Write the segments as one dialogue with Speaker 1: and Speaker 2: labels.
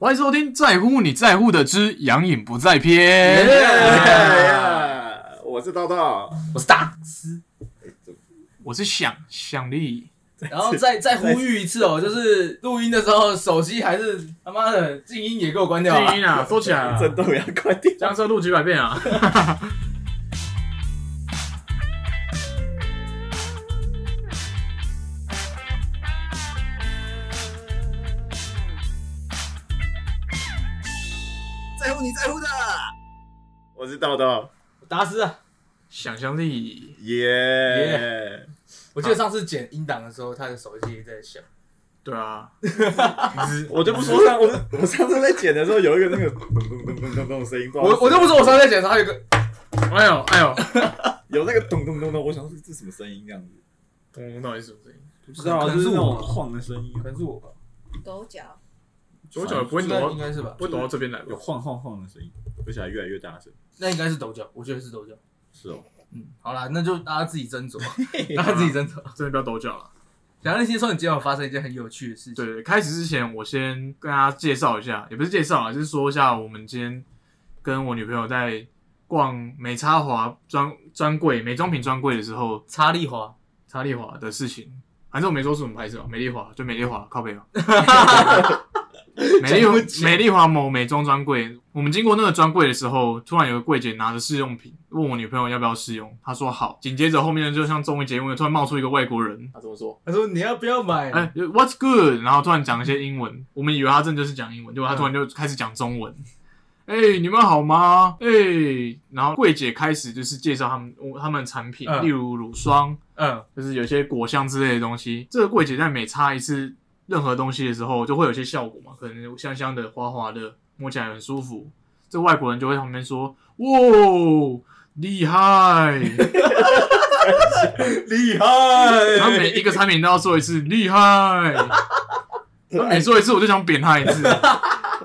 Speaker 1: 欢迎收听《在乎你在乎的之养影不在篇》
Speaker 2: 耶我是豆豆，
Speaker 3: 我是大，
Speaker 1: 我是想想力，
Speaker 3: 然后再再呼吁一次哦，就是录音的时候手机还是他妈的静音也给我关掉啊！
Speaker 1: 音 啊，收起来啊
Speaker 2: 真的要快点。
Speaker 1: 江浙录几百遍啊！
Speaker 2: 在乎你在乎的，我是豆豆，
Speaker 3: 达斯啊，
Speaker 1: 想象力，
Speaker 2: 耶！
Speaker 3: 我记得上次剪音档的时候，他的手机也在响。
Speaker 1: 对 啊，
Speaker 2: 我就不说上，我我上次在剪的时候有一个那个咚咚咚咚咚咚的声音，
Speaker 1: 啊
Speaker 2: 不好意
Speaker 3: 我
Speaker 2: 思
Speaker 3: 我就不说我上次在剪的时候，他有个
Speaker 1: 哎呦哎呦，
Speaker 2: 有那个咚咚咚咚，我想说这什么声音这样子，
Speaker 1: 咚咚到底是什么声音？
Speaker 2: 不啊
Speaker 3: 知道就是那种
Speaker 2: 晃的声音
Speaker 3: 可能是我吧，
Speaker 4: 狗脚，
Speaker 1: 左脚不会啊
Speaker 3: 那
Speaker 1: 挪
Speaker 3: 应
Speaker 1: 到，
Speaker 3: 该是吧
Speaker 1: 不？会挪到这边来吧？
Speaker 2: 晃晃晃的声音，而且还越来越大声。
Speaker 3: 那应该是抖脚，我觉得是抖脚。
Speaker 2: 是 哦，
Speaker 3: 嗯，好啦，那就大家自己 斟酌啊，大家自己斟酌。
Speaker 1: 真的不要抖脚了。
Speaker 3: 然后那些说你今天有发生一件很有趣的事情，
Speaker 1: 对，开始之前我先跟大家介绍一下，也不是介绍啊，就是说一下我们今天跟我女朋友在逛美差华专专柜美妆品专柜的时候
Speaker 3: 查丽华，
Speaker 1: 查丽华的事情，反正我没说是什么牌子哦，美丽华就美丽华，靠 背哦。美丽华美丽华某美妆专柜，我们经过那个专柜的时候，突然有个柜姐拿着试用品，问我女朋友要不要试用，她说好。紧接着后面就像综艺节目，突然冒出一个外国人，啊他怎么说？
Speaker 3: 他说你要不要买？
Speaker 1: 哎、就 w h a t s good？然后突然讲一些英文，我们以为他真的就是讲英文，结果他突然就开始讲中文。哎、你们好吗？哎、然后柜姐开始就是介绍他们他们的产品，
Speaker 3: 嗯
Speaker 1: 例如乳霜，
Speaker 3: 嗯，
Speaker 1: 就是有些果香之类的东西。这个柜姐在每擦一次任何东西的时候，就会有一些效果嘛，可能香香的、滑滑的，摸起来很舒服。这外国人就会在旁边说：“哇，厉害！”
Speaker 3: 厉害
Speaker 1: 然后每一个产品都要说一次“厉害”，
Speaker 2: 他
Speaker 1: 每说一次我就想扁他一次。啊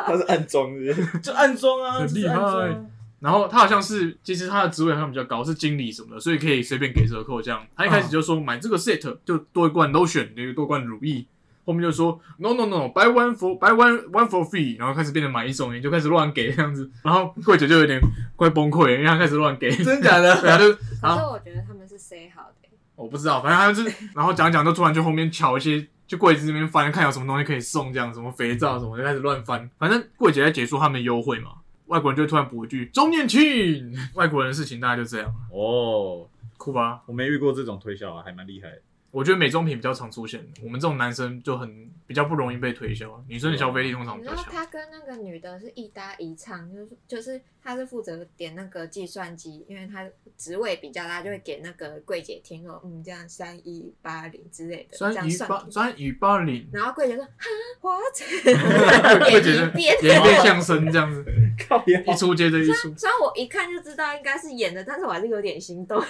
Speaker 2: 他是暗装是不是
Speaker 3: 就暗装啊，
Speaker 1: 很
Speaker 3: 就是暗装啊
Speaker 1: 厉然后他好像是，其实他的职位好像比较高，是经理什么的，所以可以随便给折扣这样。他一开始就说买这个 set 就多一罐 lotion，就多一罐乳液。后面就说 no no no，buy one for buy one one for free，然后开始变成买一送一，就开始乱给这样子。然后柜姐就有点快崩溃了，因为他开始乱给。 对
Speaker 3: 真假的？
Speaker 1: 啊，就
Speaker 4: 可
Speaker 1: 啊
Speaker 4: 是，我觉得他们是 say 好的、
Speaker 1: 我不知道，反正他就是，然后讲一讲就突然去后面瞧一些，就柜子那边翻，看有什么东西可以送，这样什么肥皂什么的，就开始乱翻。反正柜姐在解说他们的优惠嘛，外国人就会突然补一句周年庆，外国人的事情大概就这样，
Speaker 2: 哦，
Speaker 1: 酷吧？
Speaker 2: 我没遇过这种推销啊，还蛮厉害的。
Speaker 1: 我觉得美妆品比较常出现，我们这种男生就很比较不容易被推销，啊女生的消费力通常
Speaker 4: 你
Speaker 1: 比
Speaker 4: 知
Speaker 1: 较
Speaker 4: 道
Speaker 1: 强。
Speaker 4: 他跟那个女的是一搭一唱，就是就是他是负责点那个计算机，因为他职位比较大，就会给那个柜姐听说，嗯，这样三一八零之类的，这
Speaker 1: 酸
Speaker 4: 样
Speaker 1: 雨
Speaker 4: 算
Speaker 1: 八
Speaker 4: 给你。
Speaker 1: 酸雨八零，
Speaker 4: 然后柜姐说：“哈，我
Speaker 1: 柜姐
Speaker 4: 演
Speaker 1: 就
Speaker 4: 一遍。
Speaker 1: 演一遍相声这 样子，
Speaker 2: 靠呀
Speaker 1: 一出接着一出。
Speaker 4: 虽然我一看就知道应该是演的，但是我还是有点心动。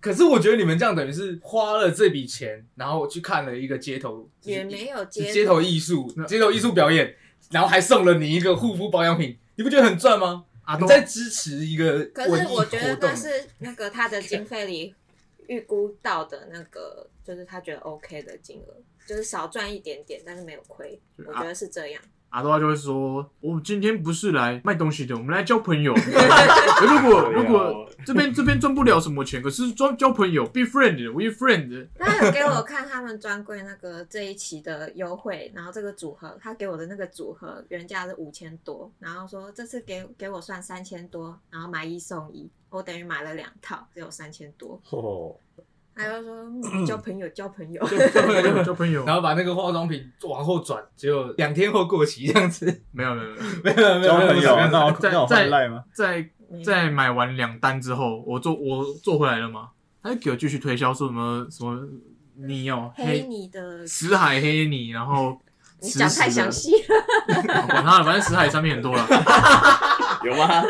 Speaker 3: 可是我觉得你们这样等于是花了这笔钱，然后去看了一个街头，
Speaker 4: 也没有
Speaker 3: 是
Speaker 4: 接
Speaker 3: 街头艺术、街头艺术表演，然后还送了你一个护肤保养品，你不觉得很赚吗？
Speaker 1: 阿
Speaker 3: 你
Speaker 1: 东
Speaker 3: 在支持一个
Speaker 4: 可
Speaker 3: 文
Speaker 4: 是
Speaker 3: 艺
Speaker 4: 我觉得
Speaker 3: 活动
Speaker 4: 那是那个他的经费里预估到的那个，就是他觉得 OK 的金额，就是少赚一点点，但是没有亏。
Speaker 3: 嗯
Speaker 1: 对
Speaker 3: 啊
Speaker 4: 我觉得是这样。
Speaker 1: 阿多就会说：“我们今天不是来卖东西的，我们来交朋 友。如果如果
Speaker 3: 啊
Speaker 1: 这边这边赚不了什么钱，可是交交朋友，be friend，we friend。
Speaker 4: 他有给我看他们专柜那个这一期的优惠，然后这个组合，他给我的那个组合原价是五千多，然后说这次给给我算三千多，然后买一送一，我等于买了两套，只有三千多。
Speaker 2: 哦，
Speaker 4: 他就说、 嗯交朋友，交朋 友。
Speaker 1: 交朋友，交 朋友。
Speaker 3: 然后把那个化妆品往后转，结果两天后过期这样子，
Speaker 1: 没有没有没有，
Speaker 3: 没有没有
Speaker 2: 交朋
Speaker 3: 没有
Speaker 2: 友，啊那我
Speaker 1: 在
Speaker 2: 那我
Speaker 1: 在
Speaker 2: 换赖吗？
Speaker 1: 在
Speaker 4: 嗯
Speaker 1: 在买完两单之后，我做我做回来了嘛，他就给我继续推销说什么什么你哦
Speaker 4: 黑
Speaker 1: 黑
Speaker 4: 你的，
Speaker 1: 死海黑你，然后
Speaker 4: 你讲太
Speaker 1: 死死的
Speaker 4: 详细了。
Speaker 1: 哦管他了，反正死海产品很 多了，
Speaker 2: 有吗？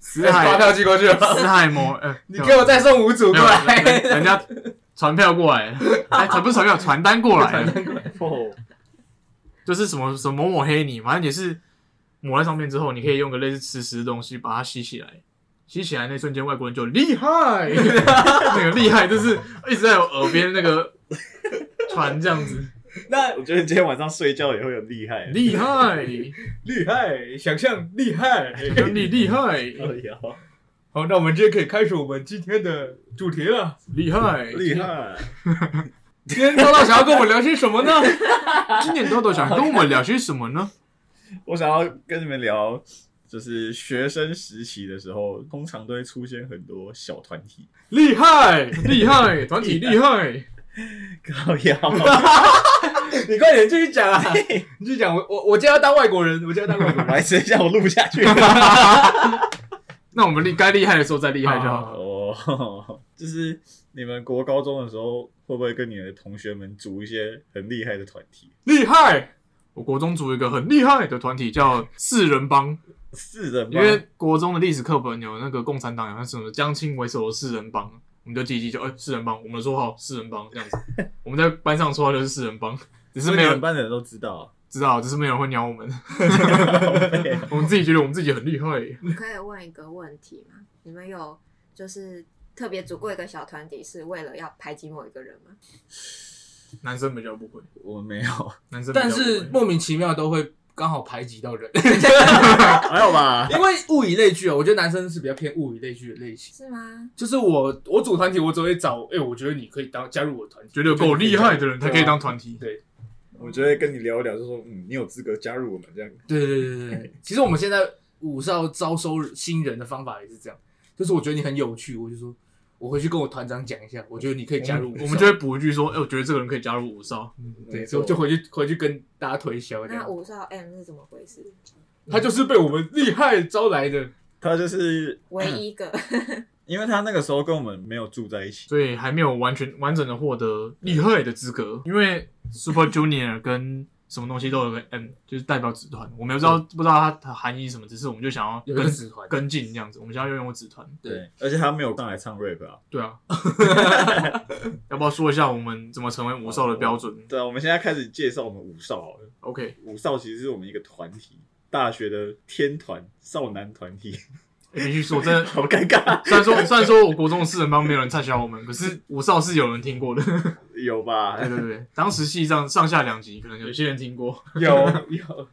Speaker 1: 死
Speaker 3: 发
Speaker 1: 海
Speaker 3: 票寄过去了，
Speaker 1: 死海某呃，
Speaker 3: 你给我再送五组
Speaker 1: 没
Speaker 3: 过
Speaker 1: 有
Speaker 3: 来，
Speaker 1: 人人家传票过来， 哎，传不是传票，传单过来了，
Speaker 2: 哦，
Speaker 1: 就是什么什么某某黑泥，反正也是抹在上面之后，你可以用个类似磁石的东西把它吸起来。吸起来那瞬间，外国人就厉害， 那个厉害就是一直在我耳边那个传这样子，
Speaker 3: 那
Speaker 2: 我觉得今天晚上睡觉也会有厉害，
Speaker 1: 厉害，
Speaker 3: 厉害，想象厉害。
Speaker 1: 跟你厉害，
Speaker 2: 哦哟
Speaker 3: 好，那我们今天可以开始我们今天的主题了。
Speaker 1: 厉害，
Speaker 2: 厉害，
Speaker 3: 今天豆豆想要跟我们聊些什 么呢？
Speaker 1: 今年豆豆想跟我们聊些什么呢？
Speaker 2: 我想要跟你们聊，就是学生时期的时候，通常都会出现很多小团体，
Speaker 1: 厉害，厉 害，团体厉害，
Speaker 2: 高腰，
Speaker 3: 你快点继续讲 啊！你继续讲，我我我今天要当外国人，我今天要当 外国人。
Speaker 2: 我还剩下我录 不下去哦了。
Speaker 1: 那我们厉该厉害的时候再厉害就好。
Speaker 2: 哦，就是你们国高中的时候，会不会跟你的同学们组一些很厉害的团体？
Speaker 1: 厉害！我国中组一个很厉害的团体叫四人帮，
Speaker 2: 四人
Speaker 1: 因
Speaker 2: 帮，
Speaker 1: 为国中的历史课本有那个共产党有那什么江青为首的四人帮，我们就记一记就哎、四人帮，我们的绰号四人帮这样子。我们在班上绰号就是四人帮，只是
Speaker 2: 是
Speaker 1: 没
Speaker 2: 每
Speaker 1: 有
Speaker 2: 人
Speaker 1: 人
Speaker 2: 班的人都知道。
Speaker 1: 知道，只是没有人会鸟我们。 我们自己觉得我们自己很厉害，
Speaker 4: 你可以问一个问题吗？你们有就是特别组过一个小团体，是为了要排挤某一个人吗？
Speaker 1: 男生比较不会，
Speaker 2: 我没有，
Speaker 1: 男生比较
Speaker 3: 但
Speaker 1: 不会
Speaker 3: 是莫名其妙都会刚好排挤到 人，
Speaker 2: 还有吧？
Speaker 3: 因为物以类聚啊。我觉得男生是比较偏物以类聚的类型。
Speaker 4: 是吗？
Speaker 3: 就是我我组团体，我只会找哎、我觉得你可以当加入我团体，
Speaker 1: 觉得有够厉害的人才可以当
Speaker 3: 体。
Speaker 1: 团体。
Speaker 3: 对
Speaker 2: 我觉得跟你聊一聊，就说嗯，你有资格加入我们这样。
Speaker 3: 对对对对对， 其实我们现在五少招收新人的方法也是这样，就是我觉得你很有趣，我就说我回去跟我团长讲一下，我觉得你可以加入
Speaker 1: 我们就会补一句说：“哎、我觉得这个人可以加入五少。
Speaker 3: 对，
Speaker 2: 没
Speaker 3: 嗯就
Speaker 2: 错
Speaker 3: 就回去回去跟大家推销这
Speaker 4: 那
Speaker 3: 样。
Speaker 4: 五少 M 是怎么回事？
Speaker 3: 他就是被我们厉害招来的，
Speaker 2: 他就是
Speaker 4: 唯一一个
Speaker 3: 嗯
Speaker 2: 因为他那个时候跟我们没有住在一”起，
Speaker 1: 所以还没有完全完整的获得厉害的资格，因为 Super Junior 跟什么东西都有个 M，就是代表子团。我们也不知道不知道它的含义是什么，只是我们就想要
Speaker 3: 有一个
Speaker 1: 跟
Speaker 3: 子团，
Speaker 1: 跟进这样子，我们想要拥有子团。
Speaker 3: 对，
Speaker 2: 而且他没有上来唱 rap 啊。
Speaker 1: 对啊， 要不要说一下我们怎么成为五少的标准
Speaker 2: 对啊，我们现在开始介绍我们五少好了。
Speaker 1: ？OK，
Speaker 2: 五少其实是我们一个团体，大学的天团少男团体，
Speaker 1: 欸必须说真的。
Speaker 2: 好尴尬，
Speaker 1: 虽然说，虽然说我国中的四人帮没有人参加我们，可是五少是有人听过的。
Speaker 2: 有吧？
Speaker 1: 对对对，当时系上上下两集，可能有些人听过。
Speaker 3: 有有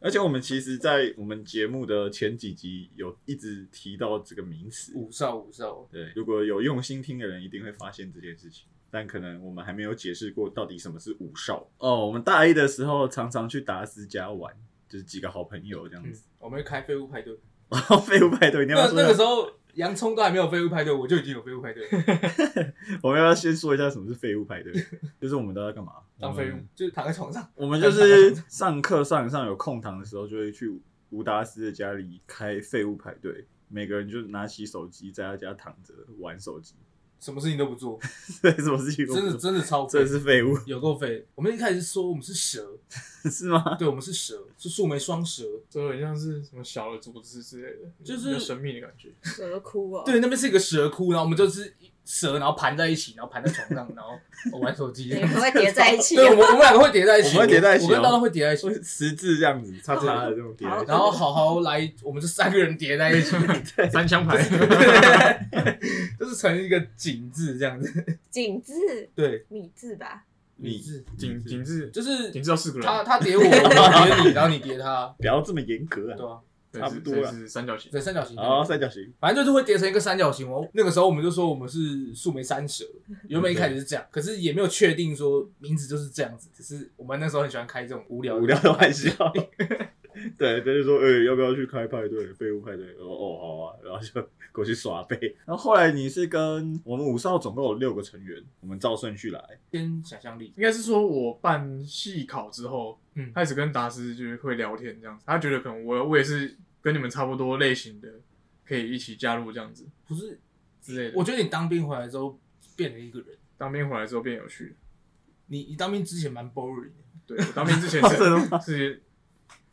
Speaker 2: 而且我们其实，在我们节目的前几集有一直提到这个名词。
Speaker 3: 五少五少，
Speaker 2: 对，如果有用心听的人，一定会发现这件事情。但可能我们还没有解释过到底什么是五少哦。我们大一的时候常常去达斯家玩，就是几个好朋友这样
Speaker 3: 嗯
Speaker 2: 子。，
Speaker 3: 我们开废物派对，
Speaker 2: 然后 废物派啊对，你要
Speaker 3: 那
Speaker 2: 不
Speaker 3: 那
Speaker 2: 要说一下
Speaker 3: 个时候洋葱都还没有废物派对，我就已经有废物派 对，
Speaker 2: 我们要不要先说一下什么是废物派对？就是我们都在干嘛？
Speaker 3: 当废物就是躺在床上，
Speaker 2: 我 们就是上课上一上有空堂的时候，就会去吴达斯的家里开废物派对，每个人就拿起手机在他家躺着玩手机，
Speaker 3: 什么事情都不做，
Speaker 2: 对，什么事情都不
Speaker 3: 真的
Speaker 2: 做？
Speaker 3: 真的超废
Speaker 2: 真的是废物
Speaker 3: 有够废。我们一开始说我们是蛇，
Speaker 2: 是吗？
Speaker 3: 对，我们是蛇，是树莓双蛇。
Speaker 1: 就很像是什么小的组织之类的，
Speaker 3: 就是比较神
Speaker 1: 秘的感觉。
Speaker 4: 蛇窟哦。
Speaker 3: 对，那边是一个蛇窟，然后我们就是蛇，然后盘在一起，然后盘在床上，然后我玩手 机。
Speaker 4: 你们会叠在一起
Speaker 3: 对，我们我们两个会叠在一起，
Speaker 2: 我们会叠在一起
Speaker 3: 我跟
Speaker 2: 哦
Speaker 3: 刀刀会叠在一起
Speaker 2: 就，是十字这样子叉叉的这种叠在一起，
Speaker 3: 然后好好来，我们就三个人叠在一起，
Speaker 1: 三枪牌，
Speaker 3: 就是成一个景字这样子。
Speaker 4: 景字、
Speaker 3: 对，
Speaker 4: 米字吧，
Speaker 2: 你
Speaker 3: 字
Speaker 1: 景景致
Speaker 3: 就是
Speaker 1: 景致要四个人，
Speaker 3: 他他叠我，我叠你，然后你叠 他，
Speaker 2: 不要这么严格
Speaker 3: 对
Speaker 2: 啊！
Speaker 3: 啊，
Speaker 1: 对
Speaker 2: 差不多啦
Speaker 1: 所以是三角形。
Speaker 3: 对，三角形。
Speaker 2: 好，三角形，
Speaker 3: 反正就是会叠成一个三角形哦。那个时候我们就说我们是树莓三蛇，原本一开始是这样，可是也没有确定说名字就是这样子，只是我们那时候很喜欢开这种无聊
Speaker 2: 无聊的玩笑。 对，他就说，呃、要不要去开派对？废物派对？哦哦，好啊，然后就过去耍废。然后后来你是跟我们五少总共有六个成员，我们照顺序来。
Speaker 3: 跟想象力。
Speaker 1: 应该是说，我办戏考之后，
Speaker 3: 嗯
Speaker 1: 开始跟达斯就是会聊天这样子。他觉得可能我我也是跟你们差不多类型的，可以一起加入这样子
Speaker 3: 不是，
Speaker 1: 之类的。
Speaker 3: 我觉得你当兵回来之后变了一个人。
Speaker 1: 当兵回来之后变有趣，
Speaker 3: 你你当兵之前蛮 boring 的，
Speaker 1: 对我当兵之前
Speaker 2: 啊 真的
Speaker 1: 是是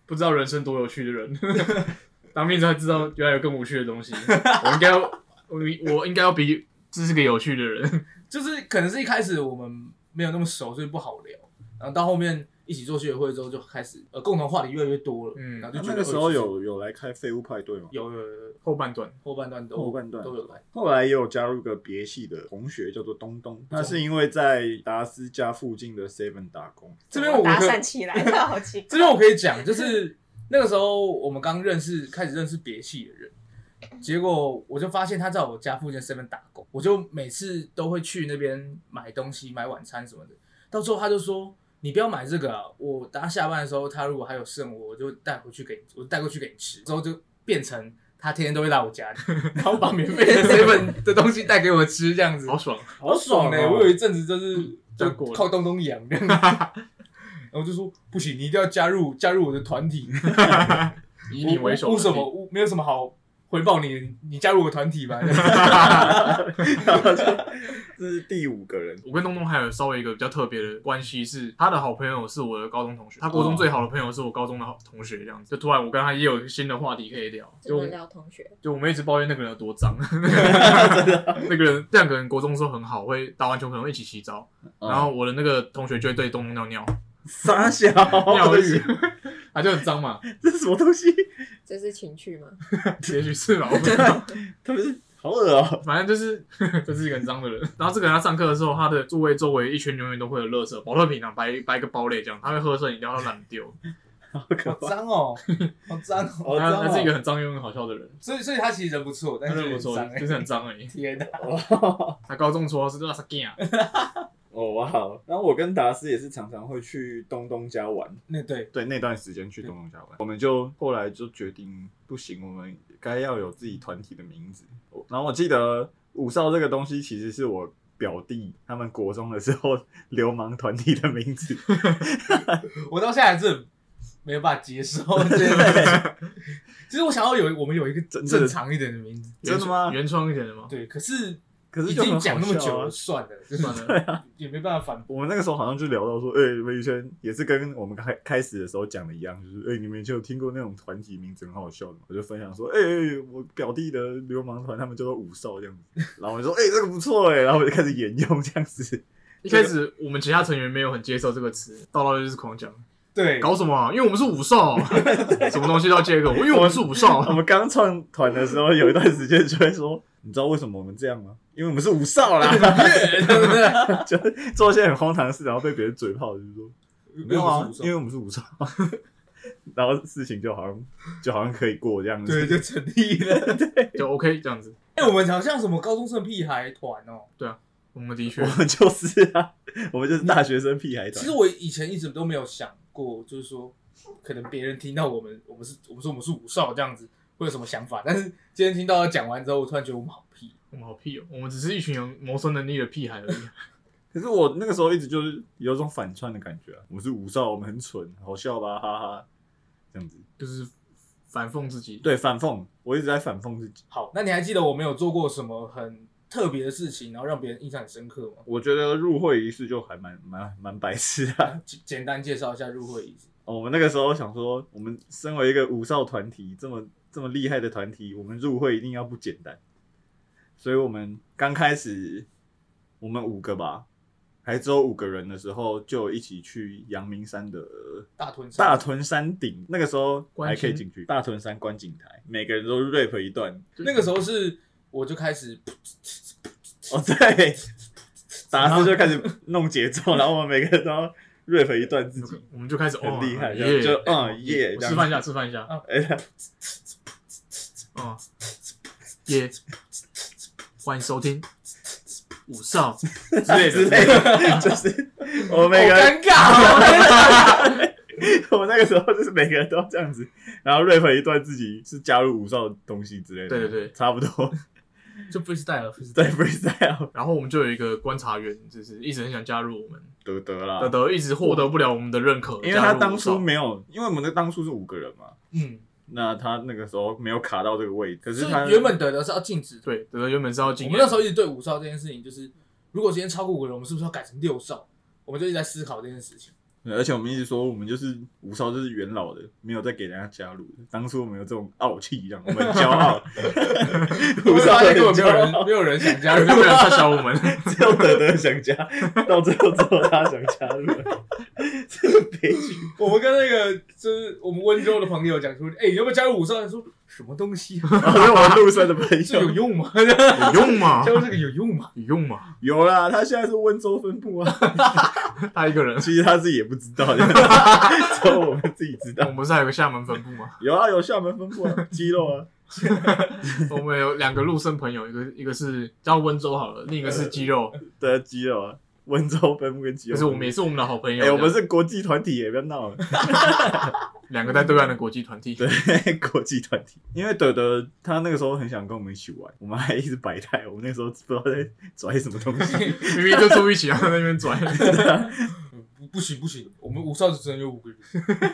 Speaker 1: 不知道人生多有趣的人， 当兵才知道原来有更无趣的东西。我应该要我我应该要比这是个有趣的人。
Speaker 3: 就是可能是一开始我们没有那么熟，所以不好聊。然后到后面一一起做学会之后，就开始呃共同话题越来越多了，
Speaker 1: 嗯
Speaker 3: 然后
Speaker 2: 那
Speaker 3: 就觉得
Speaker 2: 那个时候
Speaker 3: 呃
Speaker 2: 有有来开废物派对吗？
Speaker 3: 有有有有
Speaker 1: 后半段
Speaker 3: 后半段都
Speaker 2: 后半段
Speaker 3: 都有来，
Speaker 2: 后来也有加入个别系的同学，叫做东东，他是因为在达斯家附近的 Seven 打 工，
Speaker 3: 这边我
Speaker 4: 搭
Speaker 3: 可
Speaker 4: 讪起来，这好奇 怪。
Speaker 3: 这边我可以讲，就是那个时候我们刚认识，开始认识别系的人，结果我就发现他在我家附近身边打工，我就每次都会去那边买东西、买晚餐什么的。到最后他就说：“你不要买这个啊，我等他下班的时候，他如果还有剩，我我就带回去给你，我带过去给你吃。”之后就变成。他天天都会来我家里，然后把免费 的 seven 的东西带给我吃，这样子
Speaker 1: 好爽，
Speaker 3: 好爽嘞、
Speaker 2: 哦
Speaker 3: 我有一阵子就是
Speaker 1: 这
Speaker 3: 就
Speaker 1: 样过了
Speaker 3: 靠东东养这样子，然后就说不行，你一定要加入加入我的团体，
Speaker 1: 以你为首的
Speaker 3: 我我
Speaker 1: 地，
Speaker 3: 什么我没有什么好回报你的，你加入我的团体吧。
Speaker 2: 然后就这是第五个 人，
Speaker 1: 我跟东东还有稍微一个比较特别的关系是，他的好朋友是我的高中同学，他国中最好的朋友是我高中的好同学，这样子，就突然我跟他也有新的话题可以聊，
Speaker 4: 只
Speaker 1: 就
Speaker 4: 能聊同学，
Speaker 1: 就我们一直抱怨那个人有多脏，那个人两个人国中的时候很好，会打完球可能会一起洗澡，
Speaker 2: 哦
Speaker 1: 然后我的那个同学就会对东东尿尿，
Speaker 2: 傻小
Speaker 1: 尿浴， 他就很脏嘛，
Speaker 2: 这是什么东西？
Speaker 4: 这是情趣吗？
Speaker 1: 也许是吧，我不知道。
Speaker 2: 他们是好恶哦、
Speaker 1: 反正就是就是一个很脏的人。然后这个人他上课的时候，他的座位周围一圈永远都会有垃圾，保特瓶啊，白白个包类这样，他会喝剩饮料，他懒得丢。
Speaker 2: 好可
Speaker 3: 好
Speaker 2: 怕，
Speaker 3: 脏哦，好脏哦。
Speaker 2: 好
Speaker 1: 他
Speaker 2: 脏哦
Speaker 1: 他是一个很脏又很好笑的人，
Speaker 3: 所以所以他其实人不错，但
Speaker 1: 但
Speaker 3: 是
Speaker 1: 是我
Speaker 3: 很
Speaker 1: 说
Speaker 2: 欸
Speaker 3: 脏 哎、
Speaker 1: 就是很脏而已。
Speaker 3: 天哪，
Speaker 1: 他高中绰号是拉萨吉啊，
Speaker 2: 哦哇哦！然后我跟达斯也是常常会去东东家玩，
Speaker 3: 那对
Speaker 2: 对那段时间去东东家玩，我们就后来就决定不行，我们该要有自己团体的名字。我然后我记得五少这个东西其实是我表弟他们国中的时候流氓团体的名字，
Speaker 3: 我到现在还是很没有办法接受这件事情。其实我想要有我们有一个
Speaker 2: 真的
Speaker 3: 正常一点的名字，
Speaker 2: 真的吗
Speaker 1: 原创一点的吗？
Speaker 3: 对，可是
Speaker 2: 可是
Speaker 3: 已
Speaker 2: 就
Speaker 3: 经
Speaker 2: 很好
Speaker 3: 讲那么久了，
Speaker 2: 笑啊。
Speaker 3: 算了，就是
Speaker 1: 算了，
Speaker 3: 也没办法反驳。
Speaker 2: 我们那个时候好像就聊到说，哎、你们以前也是跟我们开开始的时候讲的一样，就是哎、你们以前有听过那种团体名字很好笑的吗？我就 分享说，哎、哎我表弟的流氓团他们叫做五少这样子，然后我就说，哎、这个不错哎、然后我就开始沿用这样子，
Speaker 1: 一开始我们其他成员没有很接受这个词，到了就是狂讲，
Speaker 3: 对，
Speaker 1: 搞什么啊？因为我们是武少， 什么东西都要接一个，因为我们是武少啊
Speaker 2: 我。们刚创团的时候，有一段时间就会说，你知道为什么我们这样吗？因为我们是五少 啦， 就做一些很荒唐的事，然后被别人嘴炮，就是说没有啊，因为我们是五少， 然后事情就好像就好像可以过这样子，
Speaker 3: 对就成立了。
Speaker 1: 就 OK 这样子。
Speaker 3: 哎、我们好像什么高中生屁孩团哦。
Speaker 1: 我们的确
Speaker 2: 我，们就是啊，我们就是大学生屁孩团。
Speaker 3: 其实我以前一直都没有想过，就是说，可能别人听到我们，我们是我们说我们是武少这样子，会有什么想法？但是今天听到他讲完之后，我突然觉得我们好屁。
Speaker 1: 我们好屁哦，我们只是一群有谋生能力的屁孩而已。啊
Speaker 2: 可是我那个时候一直就是有种反串的感觉啊，我们是武少，我们很蠢，好笑吧，哈哈，这样子。
Speaker 1: 就是反讽自己。
Speaker 2: 对，反讽，我一直在反讽自己。
Speaker 3: 好，那你还记得我们有做过什么很特别的事情，然后让别人印象很深刻吗？
Speaker 2: 我觉得入会仪式就还蛮蛮蛮白痴的啊、
Speaker 3: 简简单介绍一下入会仪式。
Speaker 2: 哦。我们那个时候想说，我们身为一个武少团体，这么这么厉害的团体，我们入会一定要不简单。所以我们刚开始，我们五个吧，还只有五个人的时候，就一起去阳明山的
Speaker 3: 大屯山
Speaker 2: 大屯山顶，那个时候还可以进去。大屯山观景台，每个人都 rap 一 段。
Speaker 3: 那个时候是我就开始，
Speaker 2: 哦，对， 达斯就开始弄节奏，然后我们每个人都 rap 一段自己，
Speaker 1: 我们就开始
Speaker 2: 很厉害。
Speaker 1: 哦
Speaker 2: 这样
Speaker 1: 耶
Speaker 2: 就嗯耶，
Speaker 1: 我
Speaker 2: 这
Speaker 1: 示
Speaker 2: 样
Speaker 1: 范一下，示范一下，
Speaker 2: 哎，
Speaker 1: 哦，耶！欢迎收听五少，
Speaker 2: 之类的 之类的，就是我们每个
Speaker 3: 好
Speaker 2: 人，
Speaker 3: 尴 尬、哦。
Speaker 2: 我们那个时候就是每个人都这样子，然后 rap 一段自己是加入武少的东西之类的，
Speaker 1: 对对对
Speaker 2: 差不多，
Speaker 3: 就 freestyle 了，freestyle
Speaker 2: 对 freestyle
Speaker 1: 然后我们就有一个观察员，就是一直很想加入我们，
Speaker 2: 得得啦
Speaker 1: 德，德一直获得不了我们的认可，
Speaker 2: 啊因为他当
Speaker 1: 加入
Speaker 2: 初
Speaker 1: 五少
Speaker 2: 没有，因为我们的当初是五个人嘛，
Speaker 3: 嗯，
Speaker 2: 那他那个时候没有卡到这个位置，可
Speaker 3: 就是
Speaker 2: 他
Speaker 3: 原本得的是要禁止
Speaker 1: 对德德原本是要进，
Speaker 3: 我们那时候一直对五 少这件事情，就是如果今天超过五个人，我们是不是要改成六少？我们就一直在思考这件事情。
Speaker 2: 对而且我们一直说，我们就是五少，就是元老的，没有再给人家加入的。当初我们有这种傲气一样，我们很骄傲。
Speaker 3: 我
Speaker 2: 五
Speaker 3: 们
Speaker 2: 少
Speaker 3: 发
Speaker 2: 很
Speaker 3: 现根本没
Speaker 2: 骄
Speaker 3: 有人
Speaker 2: 傲，
Speaker 3: 没有人想加
Speaker 1: 家人 就，
Speaker 3: 入
Speaker 1: 不想撤销我们，
Speaker 2: 只有德德想加，到最后只有他想加入，这个悲剧。
Speaker 3: 我们跟那个就是我们温州的朋友讲说，哎、你要不要加入五少？他说什么东西啊？
Speaker 2: 然后我们路上的朋
Speaker 3: 这有
Speaker 2: 友
Speaker 3: 用吗？
Speaker 1: 有用吗
Speaker 3: 加？入这个有用吗？
Speaker 1: 有用吗？
Speaker 2: 有啦，他现在是温州分部啊，
Speaker 1: 他一个 人，
Speaker 2: 其实他自己也不知道， 只有我们自己知道
Speaker 1: 我。们不是还有个厦门分部吗？
Speaker 2: 有啊，有厦门分部啊，肌肉啊，
Speaker 1: 我们有两个陆生朋友，一个一个是叫温州好了，另一个是肌肉，
Speaker 2: 对啊，肌肉啊，温州分部跟肌肉
Speaker 1: 可
Speaker 2: 分
Speaker 1: 是
Speaker 2: 部。
Speaker 1: 我们也是我们的好朋友。
Speaker 2: 哎、我们是国际团体耶，也不要闹了。
Speaker 1: 两个在对岸的国际团体，
Speaker 2: 对， 国际团体。因为德德他那个时候很想跟我们一起玩，我们还一直摆态。我们那时候不知道在拽什么东西，
Speaker 1: 明明就住一起，然后在那边拽。
Speaker 3: 嗯不不行不行，我们五少只能有五个人。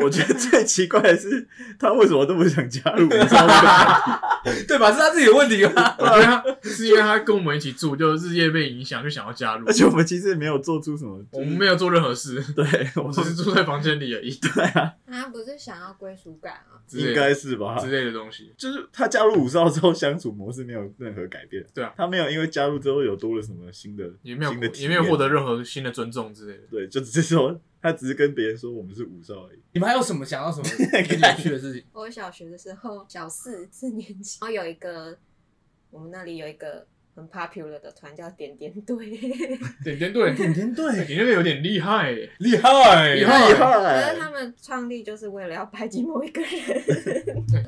Speaker 2: 我觉得最奇怪的是他为什么这么想加入我们少 年团？
Speaker 3: 对吧？是他自己的问题啊吧？
Speaker 1: 我觉得 他是因为他跟我们一起住，就日夜被影响，就想要加入
Speaker 2: 而。且我们其实也没有做出什么，
Speaker 1: 我们没有做任何 事，
Speaker 2: 对，
Speaker 1: 我
Speaker 2: 我们
Speaker 1: 只是住在房间里而已
Speaker 4: 他啊不是想要归属感啊，
Speaker 1: 之类
Speaker 2: 应
Speaker 1: 的
Speaker 2: 该是吧。
Speaker 1: 之类的东西。
Speaker 2: 就是他加入五少之后，相处模式没有任何改变。
Speaker 1: 对啊
Speaker 2: 他没有因为加入之后有多了什么新的，
Speaker 1: 也没有
Speaker 2: 新的体
Speaker 1: 也没有
Speaker 2: 验
Speaker 1: 获得任何新的尊重之类的。
Speaker 2: 对，就只是说他只是跟别人说我们是五少而已。
Speaker 3: 你们还有什么想到 什么很有趣的事情？
Speaker 4: 我小学的时候，小四四年级，然后有一个我们那里有一个很 popular 的团叫点点队，
Speaker 1: 点点队， 点
Speaker 2: 天对，
Speaker 1: 点队有点厉害欸，
Speaker 3: 厉害，
Speaker 4: 哎
Speaker 1: 厉害
Speaker 2: 厉
Speaker 4: 可是他
Speaker 2: 害！
Speaker 4: 们创立就是为了要排挤某一个 人。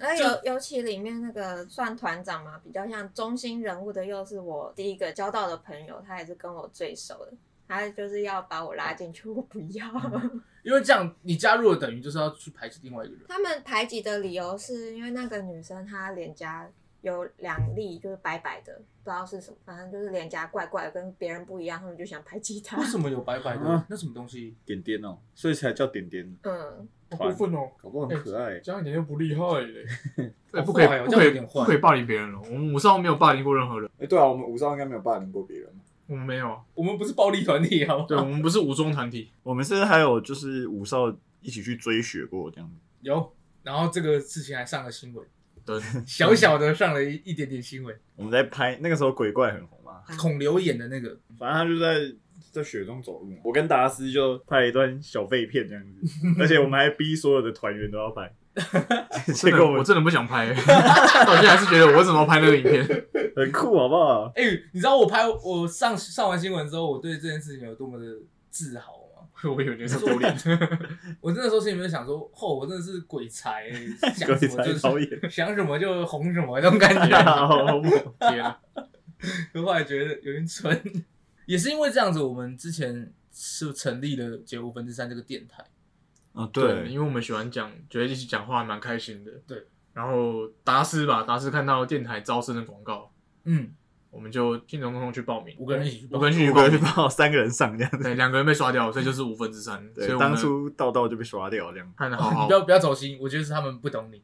Speaker 4: 而尤尤其里面那个算团长嘛，比较像中心人物的，又是我第一个交到的朋友，他也是跟我最熟的。他就是要把我拉进去，我不要。嗯
Speaker 3: 因为这样你加入了，等于就是要去排斥另外一个人。
Speaker 4: 他们排挤的理由是因为那个女生她脸颊有两粒，就是白白的，不知道是什么，反正就是脸颊怪怪的，跟别人不一样，他们就想排挤她
Speaker 3: 为。什么有白白的
Speaker 2: 啊？
Speaker 3: 那什么东西？
Speaker 2: 点点哦，所以才叫点点，
Speaker 4: 嗯，
Speaker 1: 好
Speaker 2: 过
Speaker 1: 分哦！
Speaker 2: 搞不好很可爱。
Speaker 1: 这样一点就不厉害嘞。 对，
Speaker 3: 好
Speaker 1: 不可以
Speaker 3: 坏哦
Speaker 1: 不
Speaker 3: 这样
Speaker 1: 可
Speaker 3: 有
Speaker 1: 以
Speaker 3: 点坏
Speaker 1: 不可以霸凌别人了。我们五少没有霸凌过任何人，
Speaker 2: 哎，对啊，我们五少应该没有霸凌过别人。
Speaker 1: 我们没有啊。
Speaker 3: 我们不是暴力团体好吗？
Speaker 1: 对，我们不是武装团体，
Speaker 2: 我们是还有就是五少一起去追雪过这样子。
Speaker 3: 有。然后这个事情还上了新闻，
Speaker 1: 对，
Speaker 3: 小小的上了一一点点新闻。
Speaker 2: 我们在拍那个时候鬼怪很红嘛，
Speaker 3: 孔刘演的那个，
Speaker 2: 反正他就在在雪中走路嘛。我跟达斯就拍了一段小废片这样 子，而且我们还逼所有的团员都要 拍。结
Speaker 1: 真
Speaker 2: 果
Speaker 1: 的
Speaker 2: 我
Speaker 1: 我
Speaker 2: 们
Speaker 1: 真的不想拍欸， 我现在还是觉得我为什么要拍那个影片？
Speaker 2: 很酷，好不好？
Speaker 3: 哎、你知道我拍我上上完新闻之后，我对这件事情有多么的自豪吗？
Speaker 1: 我有点是丢脸。
Speaker 3: 我那时候心里面就想说，哦，我真的是鬼才、 想
Speaker 2: 鬼
Speaker 3: 什么
Speaker 2: 才
Speaker 3: 就
Speaker 2: 导
Speaker 3: 是
Speaker 2: 演，
Speaker 3: 想什么就红什么那种感 觉。
Speaker 2: 好
Speaker 1: 天啊，
Speaker 3: 可后来觉得有点蠢，也是因为这样子，我们之前是成立了解五分之三这个电台，
Speaker 2: 啊，
Speaker 1: 对，，因为我们喜欢讲，觉得一起讲话还蛮开心的。
Speaker 3: 对，
Speaker 1: 然后达斯吧，达斯看到电台招生的广告，
Speaker 3: 嗯，
Speaker 1: 我们就兴冲冲去报名，
Speaker 3: 五个人一起去报
Speaker 1: 五个人去
Speaker 2: 五个
Speaker 1: 报
Speaker 2: 人去
Speaker 1: 名，
Speaker 2: 报，三个人上这样子。
Speaker 1: 对，两个人被刷掉，所以就是五分之三。所以
Speaker 2: 对，
Speaker 1: 我们。
Speaker 2: 当初道道就被刷掉这样
Speaker 1: 看的好好
Speaker 3: 你不，要不要走心，我觉得是他们不懂你，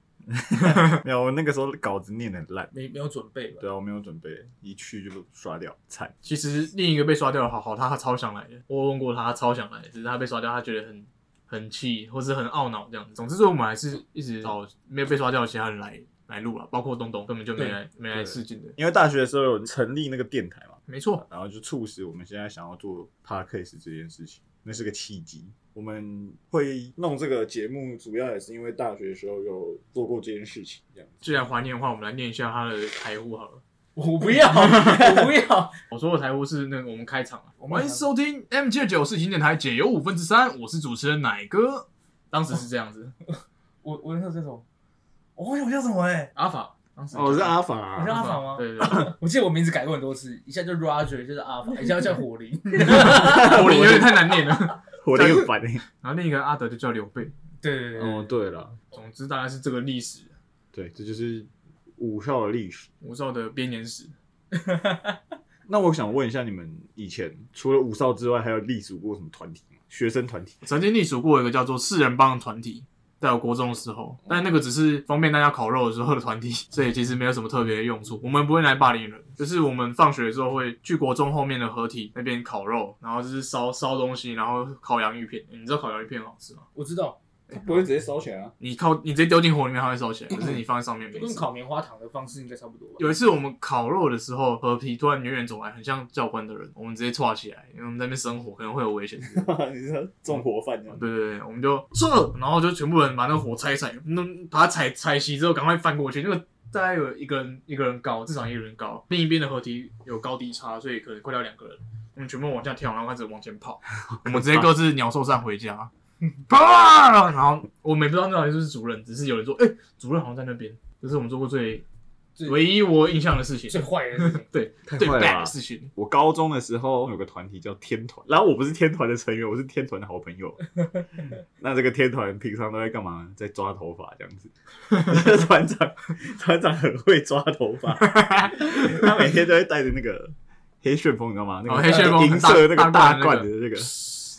Speaker 2: 没有，我那个时候稿子念的很烂。
Speaker 3: 没没有准备吧。
Speaker 2: 对啊，我没有准备，一去就刷掉，惨。
Speaker 1: 其实另一个被刷掉的好好，他超想来的，我问过他，他超想来的，只是他被刷掉，他觉得很很气，或是很懊恼这样子。总之，最后我们还是一直找没有被刷掉的其他人来来录啊了，包括东东根本就没来没来试镜的。
Speaker 2: 因为大学的时候有成立那个电台嘛，
Speaker 1: 没错，
Speaker 2: 然后就促使我们现在想要做 podcast 这件事情，那是个契机。我们会弄这个节目，主要也是因为大学的时候有做过这件事情，这样子。
Speaker 1: 既然怀念的话，我们来念一下他的台呼好了。
Speaker 3: 我不要，我不要，
Speaker 1: 我说的台呼是那个我们开场啊，
Speaker 3: 我们
Speaker 1: 欢迎收听 M 七九四情电台解忧五分之三，我是主持人奶哥。当时是这样子，
Speaker 3: 我我那时候叫什么？我忘记我叫什么哎、
Speaker 1: 阿法，当时
Speaker 2: 哦，我是阿法、
Speaker 3: 我是
Speaker 2: 啊，
Speaker 3: 阿法吗
Speaker 1: 对对对，
Speaker 3: 我记得我名字改过很多次，一下就 Roger 就是阿法，一下叫火灵。
Speaker 1: 我有点太难念了。
Speaker 2: 我那个反应。
Speaker 1: 然后另一个阿德就叫刘备。
Speaker 3: 对对对对，
Speaker 2: 哦，对了，
Speaker 1: 总之，大概是这个历史，
Speaker 2: 对，这就是武校的历史。
Speaker 1: 武少的编年史。
Speaker 2: 那我想问一下，你们以前除了武少之外，还有隶属过什么团体吗？学生团体？
Speaker 1: 曾经隶属过一个叫做四人帮的团体，在我国中的时候，但那个只是方便大家烤肉的时候的团体，所以其实没有什么特别的用处。我们不会来霸凌人，就是我们放学之后会去国中后面的合体那边烤肉，然后就是烧烧东西，然后烤洋芋片。欸你知道烤洋芋片很好吃吗？
Speaker 3: 我知道，
Speaker 2: 它不会直接烧起来啊。
Speaker 1: 你靠你直接丢进火里面，它会烧起来，可是你放在上面没
Speaker 3: 就
Speaker 1: 事
Speaker 3: 跟。烤棉花糖的方式应该差不多吧。
Speaker 1: 有一次我们烤肉的时候，和皮突然远远走来，很像教官的人，我们直接窜起来，因为我们在那边生火可能会有危险之类的。
Speaker 2: 你是纵火犯这样？
Speaker 1: 对对对，我们就撤，然后就全部人把那个火拆一拆，那把它踩踩熄之后，赶快翻过去。那个大概有一个人一个人高，至少一个人高，另一边的河堤有高低差，所以可能快到两个人。我们全部往下跳，然后开始往前 跑，我们直接各自鸟兽散回家。 啪！然后我们也不知道那到底是不是主任，只是有人说：“哎、主任好像在那边。”这是我们做过最
Speaker 3: 最
Speaker 1: 唯一我印象的事情，，
Speaker 3: 最坏的事情
Speaker 1: 对
Speaker 2: 太
Speaker 1: 最
Speaker 2: 坏了
Speaker 1: bad
Speaker 2: 吧
Speaker 1: 的事情。
Speaker 2: 我高中的时候有个团体叫天团，然后我不是天团的成员，我是天团的好 朋友。那这个天团平常都在干嘛呢？在抓头发这样子。 团长，团长很会抓头发， 他每天都会带着那个黑旋风，你知道吗？那个、
Speaker 1: 哦黑旋风
Speaker 2: 银色
Speaker 1: 大
Speaker 2: 那个
Speaker 1: 大
Speaker 2: 大
Speaker 1: 罐
Speaker 2: 罐
Speaker 1: 的那个嗯
Speaker 2: 的那个。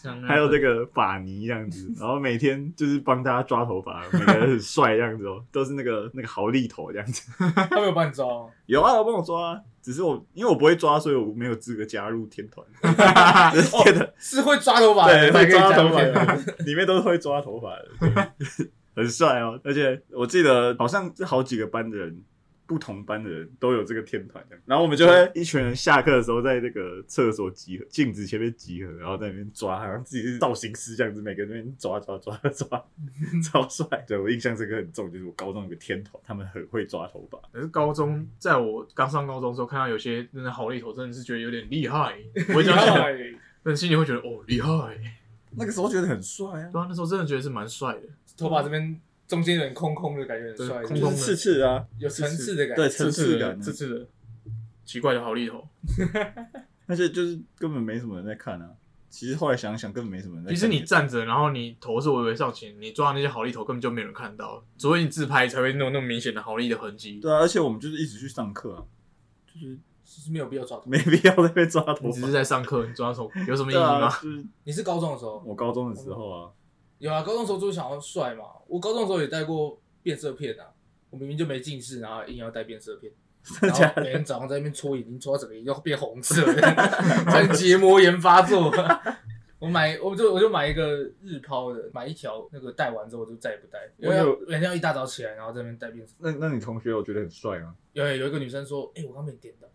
Speaker 2: 还
Speaker 1: 还
Speaker 2: 有这个法尼这样子，然后每天就是帮大家抓头发，每个人很帅这样子哦，都是那个那个豪利头这样子。
Speaker 3: 他没有帮你抓哦。
Speaker 2: 有啊，我帮我抓啊，只是我因为我不会抓，所以我没有资格加入天 团。
Speaker 3: 哦
Speaker 2: 天团
Speaker 3: 是会抓头发的，
Speaker 2: 对，
Speaker 3: 才
Speaker 2: 会
Speaker 3: 可以
Speaker 2: 抓
Speaker 3: 加
Speaker 2: 头
Speaker 3: 入
Speaker 2: 发
Speaker 3: 天堂。
Speaker 2: 的， 里面都是会抓头发的，对很帅哦。而且我记得好像是好几个班的人，不同班的人都有这个天团的。然后我们就会一群人下课的时候在那个厕所集合，镜子前面集合，然后在那边抓，好像自己是造型师这样子，每个人在那边抓抓抓 抓，超帅。对我印象这个很重，就是我高中有个天团，他们很会抓头发。
Speaker 1: 可是高中，在我刚上高中的时候，看到有些真的好利头，真的是觉得有点厉害。我会这样想，
Speaker 3: 对
Speaker 1: 但心里会觉得哦厉害。
Speaker 2: 那个时候觉得很帅啊
Speaker 1: 对啊，那时候真的觉得是蛮帅的。
Speaker 3: 头发这边中间有点空空的感觉，很
Speaker 1: 对
Speaker 3: 帅，
Speaker 1: 空
Speaker 2: 就
Speaker 1: 空的
Speaker 2: 是刺刺啊，
Speaker 3: 有层次的感觉。
Speaker 2: 对，层次感啊，
Speaker 1: 这次的奇怪的好利头。
Speaker 2: 而且就是根本没什么人在看啊。其实后来想想，根本没什么人在看。
Speaker 1: 其实你站着，然后你头是微微上前，你抓那些好利头根本就没有人看到，除非你自拍才会弄那么明显的好利的痕迹。
Speaker 2: 对啊，而且我们就是一直去上课啊， 就是
Speaker 3: 是没有必要抓头发。
Speaker 2: 没必要再被抓头
Speaker 1: 你只
Speaker 2: 发
Speaker 1: 是。在上课，你抓头有什么意义
Speaker 2: 对
Speaker 1: 吗
Speaker 2: 啊，？就是
Speaker 3: 你是高中的时 候
Speaker 2: 我高中的时候啊，
Speaker 3: 有啊？高中的时候就想要帅嘛。我高中的时候也戴过变色片啊。我明明就没近视，然后硬要戴变色片，
Speaker 2: 真
Speaker 3: 然
Speaker 2: 的假
Speaker 3: 后
Speaker 2: 的？
Speaker 3: 每天早上在那边搓眼睛，搓到整个眼睛都变红色 的，在结膜炎发作。 我买，我就我就买一个日抛的，买一条那个戴完之后我就再也不戴，因为要
Speaker 2: 我
Speaker 3: 人家一大早起来，然后在那边戴变色。
Speaker 2: 那那你同学有觉得很帅 吗？
Speaker 3: 有有一个女生说：“哎、我刚被你电到。”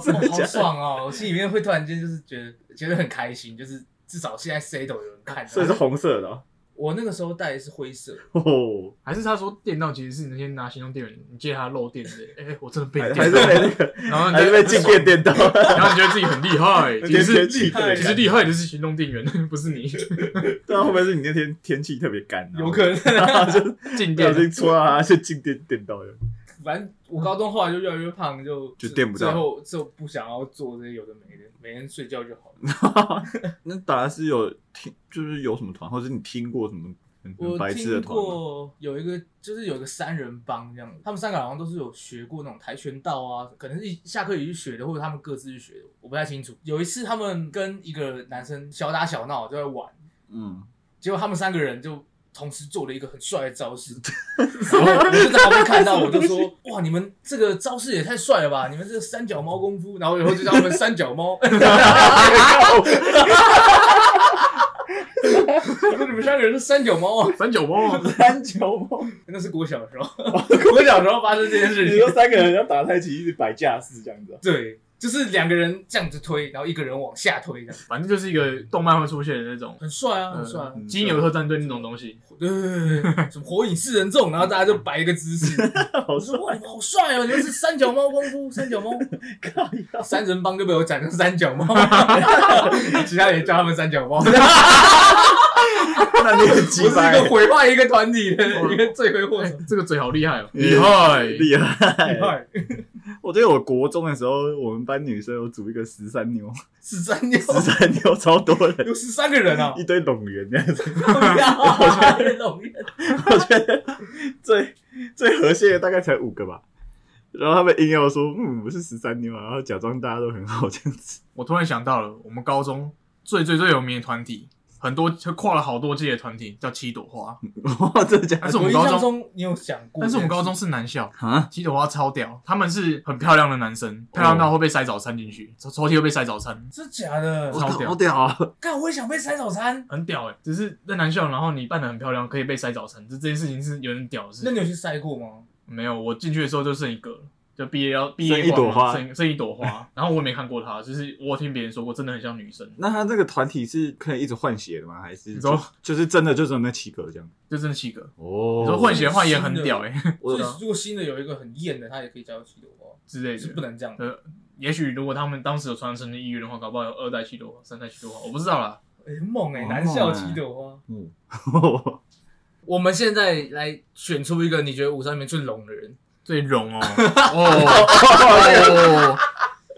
Speaker 2: 真的
Speaker 3: 哦好
Speaker 2: 假
Speaker 1: 啊
Speaker 2: 的？
Speaker 3: 爽哦！我心里面会突然间就是觉得觉得很开心，就是至少现在 C 斗有人看。
Speaker 2: 所以是红色的啊
Speaker 3: 我那个时候戴的是灰色，
Speaker 2: 哦，
Speaker 1: 还是他说电到其实是你那些拿行动电源，你借他漏电之类的。哎、我真的被
Speaker 2: 还
Speaker 1: 你电
Speaker 2: 还是
Speaker 1: 到，
Speaker 2: 被那个，
Speaker 1: 然后你
Speaker 2: 还是被静电电到，
Speaker 1: 然后你觉得自己很厉害，
Speaker 2: 那
Speaker 1: 其
Speaker 2: 天
Speaker 1: 实
Speaker 2: 天气特
Speaker 1: 其
Speaker 2: 别
Speaker 1: 实
Speaker 2: 干。
Speaker 1: 厉害的是行动电源，不是你
Speaker 2: 对啊，会不会是你那天天气特别干？
Speaker 3: 有可能。
Speaker 2: 能就
Speaker 1: 静
Speaker 2: 不小
Speaker 1: 电。
Speaker 2: 心戳到他，就静电电到了。
Speaker 3: 反正我高中后来就越来越胖，就
Speaker 2: 就电不到
Speaker 3: 最后就不想要做这些有的没的，每天睡觉就好了。
Speaker 2: 那打拉斯有听，就是有什么团，或者是你听过什么很 很
Speaker 3: 我
Speaker 2: 白痴
Speaker 3: 听
Speaker 2: 的团吗？
Speaker 3: 过有一个，就是有一个三人帮这样子，他们三个好像都是有学过那种跆拳道啊，可能是一下课也去学的，或者他们各自去学的，我不太清楚。有一次他们跟一个男生小打小闹就在玩，
Speaker 2: 嗯，
Speaker 3: 结果他们三个人就同时做了一个很帅的招式， 然后我就在旁边看到，我就说：“哇，你们这个招式也太帅了吧！你们这个三脚猫功夫。”然后以后就叫他们三脚猫。 我说：“你们三个人是三脚猫啊
Speaker 1: 三九猫，
Speaker 2: 三球梦。！”
Speaker 3: 那是我小时候，我小时候发生这件事
Speaker 2: 你
Speaker 3: 情
Speaker 2: 说。三个人要打太极，一直摆架势这样子、啊，
Speaker 3: 对，就是两个人这样子推，然后一个人往下推，这样
Speaker 1: 反正就是一个动漫会出现的那种，
Speaker 3: 很帅啊，很帅、啊。
Speaker 1: 嗯金牛特战队那种东 西。
Speaker 3: 对对对对，什么火影四人众，然后大家就摆一个姿势。
Speaker 2: 好
Speaker 3: 我说哇，你们好帅哦！你们是三脚猫功夫，三脚猫，
Speaker 2: 靠腰！
Speaker 3: 三人帮就被我讲成三脚猫，其他人也叫他们三脚猫，我
Speaker 2: 那你很
Speaker 3: 是
Speaker 2: 鸡
Speaker 3: 一
Speaker 2: 巴，
Speaker 3: 个毁坏一个团体的一个罪魁祸
Speaker 1: 哎
Speaker 3: 首。
Speaker 1: 这个嘴好厉害 哦，
Speaker 2: 嗯
Speaker 1: 厉害！
Speaker 2: 厉
Speaker 3: 厉
Speaker 2: 害！
Speaker 3: 害，
Speaker 2: 我记得我国中的时候，我们班女生有组一个十三 牛，
Speaker 3: 十三牛，
Speaker 2: 十三牛超多人，
Speaker 3: 有十三个人啊！
Speaker 2: 一堆拢员这样 子。
Speaker 3: 我觉得
Speaker 2: 我觉得最最和谐的大概才五个吧。然后他们硬要说，嗯，我是十三牛啊，然后假装大家都很好这样子。
Speaker 1: 我突然想到了，我们高中最最最有名的团体，很多跨了好多届的团体叫七朵花，
Speaker 2: 哇，真的假
Speaker 1: 但
Speaker 2: 的
Speaker 1: 是我
Speaker 3: 我
Speaker 1: 们
Speaker 3: 印
Speaker 1: 高中
Speaker 3: 象中你有讲过，
Speaker 1: 但是我们高中是男校，
Speaker 2: 啊？
Speaker 1: 七朵花超屌，他们是很漂亮的男生，漂亮到会被塞早餐进去，抽抽屉会被塞早餐，
Speaker 3: 是假的
Speaker 1: 我，超屌
Speaker 2: 好屌啊！
Speaker 3: 干我也想被塞早餐。
Speaker 1: 很屌哎、只是在男校，然后你扮的很漂亮，可以被塞早餐，这这件事情是有点屌的事
Speaker 3: 那
Speaker 1: 情。
Speaker 3: 你有去塞过吗？
Speaker 1: 没有，我进去的时候就剩一个了，就毕业要毕业
Speaker 2: 剩一朵花
Speaker 1: 光剩剩一朵 花，然后我也没看过她，就是我有听别人说过，真的很像女生，
Speaker 2: 那他这个团体是可以一直换血的吗？还是
Speaker 1: 你
Speaker 2: 就
Speaker 1: 说
Speaker 2: 就是真的就只有那七个这样？
Speaker 1: 就真的七个。
Speaker 2: 哦
Speaker 1: 你说 换血的话也很屌哎、
Speaker 3: 所以
Speaker 2: 我
Speaker 3: 如果新的有一个很艳的，他也可以加入七朵花，
Speaker 1: 之类
Speaker 3: 是不
Speaker 1: 的。
Speaker 3: 能这样的。
Speaker 1: 呃，也许如果他们当时有穿成衣衣的话，搞不好有二代七朵花、三代七朵花，我不知道啦。
Speaker 3: 哎，很猛哎，
Speaker 2: 哦
Speaker 3: 男校七朵花。
Speaker 2: 嗯，
Speaker 3: 我们现在来选出一个你觉得五三里面最龙的人，
Speaker 1: 最融 哦哦，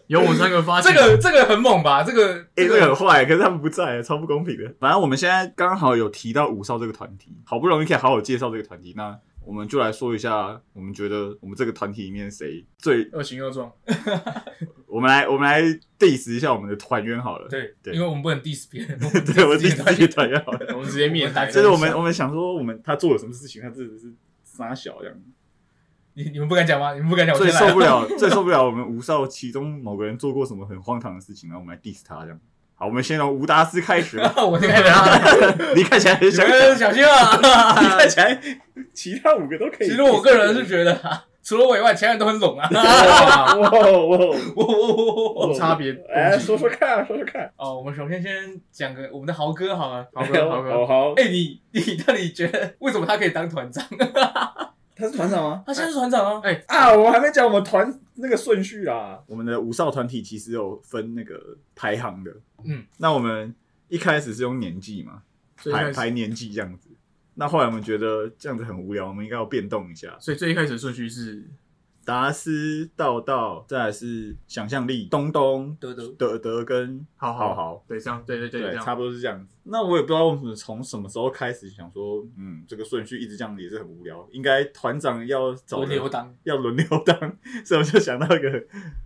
Speaker 1: 有我三个发
Speaker 3: 这
Speaker 1: 现
Speaker 3: 个这个很猛吧？这个
Speaker 2: 哎、这个很坏，可是他们不在，超不公平的。反正我们现在刚好有提到五少这个团体，好不容易可以好好介绍这个团体，那我们就来说一下，我们觉得我们这个团体里面谁最……
Speaker 1: 恶行恶状，
Speaker 2: 我们来，我们来 diss 一下我们的团员好了。
Speaker 3: 对，
Speaker 2: 对
Speaker 3: 因为我们不能 diss 别人，
Speaker 2: 对，我 diss
Speaker 3: 自
Speaker 2: 自
Speaker 3: 己
Speaker 2: 己
Speaker 3: 团
Speaker 2: 团员好了。
Speaker 1: 我们直接灭台。
Speaker 2: 就是我们，我们想说，我们他做了什么事情，他真的是傻小这样。
Speaker 3: 你你们不敢讲吗？你们不敢讲，我
Speaker 2: 最
Speaker 3: 先来
Speaker 2: 受不了，最受不了我们吴少其中某个人做过什么很荒唐的事情，然后我们来 diss 他这样。好，我们先从吴达斯开 始吧。
Speaker 3: 我先开始啊，
Speaker 2: 你看起来很
Speaker 3: 你
Speaker 2: 想，
Speaker 3: 们
Speaker 2: 你
Speaker 3: 小心啊！
Speaker 2: 看起来其他五个都可以。
Speaker 3: 其实我个人是觉得啊，除了我以外，其他人都很拢 啊。
Speaker 2: 哇哇哇！
Speaker 3: 我我我我
Speaker 1: 无差别攻
Speaker 2: 哎，
Speaker 1: 击
Speaker 2: 说说看，说说看。
Speaker 3: 哦，我们首先先讲个我们的豪哥好了。
Speaker 1: 好哥好
Speaker 2: 哦
Speaker 1: 哥，
Speaker 2: 好，
Speaker 3: 哎、你你到底觉得为什么他可以当团长？
Speaker 2: 他是团长吗？
Speaker 3: 他现在是团长啊。
Speaker 1: 哎，
Speaker 2: 啊，我还没讲我们团那个顺序啊。我们的五少团体其实有分那个排行的，
Speaker 3: 嗯，
Speaker 2: 那我们一开始是用年纪嘛，
Speaker 1: 最一
Speaker 2: 排
Speaker 1: 开始
Speaker 2: 排年纪这样子。那后来我们觉得这样子很无聊，我们应该要变动一下。
Speaker 1: 所以最一开始的顺序是
Speaker 2: 达斯、道道，再来是想象力、东东、
Speaker 3: 德德
Speaker 2: 德德跟
Speaker 1: 好好
Speaker 2: 好好，
Speaker 1: 对这样，对对对，
Speaker 2: 对
Speaker 1: 这，
Speaker 2: 差
Speaker 1: 样
Speaker 2: 不多是这样子。那我也不知道我们从什么时候开始想说，嗯，这个顺序一直这样子也是很无聊，应该团长要找
Speaker 3: 轮
Speaker 2: 人
Speaker 3: 流当，
Speaker 2: 要轮流当，所以我就想到一个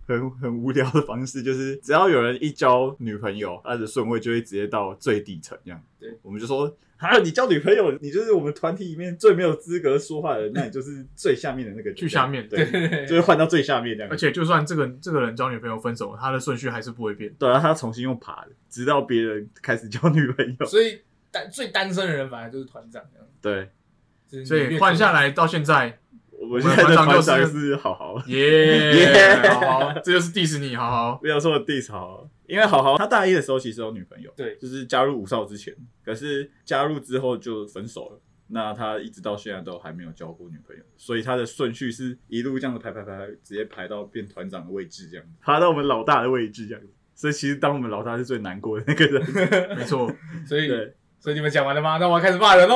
Speaker 2: 很很无聊的方式，就是只要有人一交女朋友，他的顺位就会直接到最底层这样。
Speaker 3: 对，
Speaker 2: 我们就说，啊，你交女朋友，你就是我们团体里面最没有资格说话的人，那你就是最下面的那个人，
Speaker 1: 去下面
Speaker 2: 对，就会换到最下面这样
Speaker 1: 而。且就算这个这个人交女朋友分手，他的顺序还是不会变。
Speaker 2: 对啊，他重新用爬的，直到别人开始交女朋友。
Speaker 3: 所以单最单身的人反而就是团长这样
Speaker 2: 对，
Speaker 3: 就是你
Speaker 1: 所以
Speaker 3: 越
Speaker 1: 换下来到现 在，
Speaker 2: 我现在的团长是好好，
Speaker 1: 耶，好好，这就是迪士尼，好好。
Speaker 2: 不要说 diss 好好，因为好好他大一的时候其实有女朋友，
Speaker 3: 对
Speaker 2: 就是加入五少之前，可是加入之后就分手了。那他一直到现在都还没有交过女朋友，所以他的顺序是一路这样子排排排，排直接排到变团长的位置，这样爬到我们老大的位置，这样子。所以其实当我们老大是最难过的那个人。
Speaker 1: 没错，
Speaker 3: 所以
Speaker 2: 对，
Speaker 3: 所以你们讲完了吗？那我要开始骂人喽。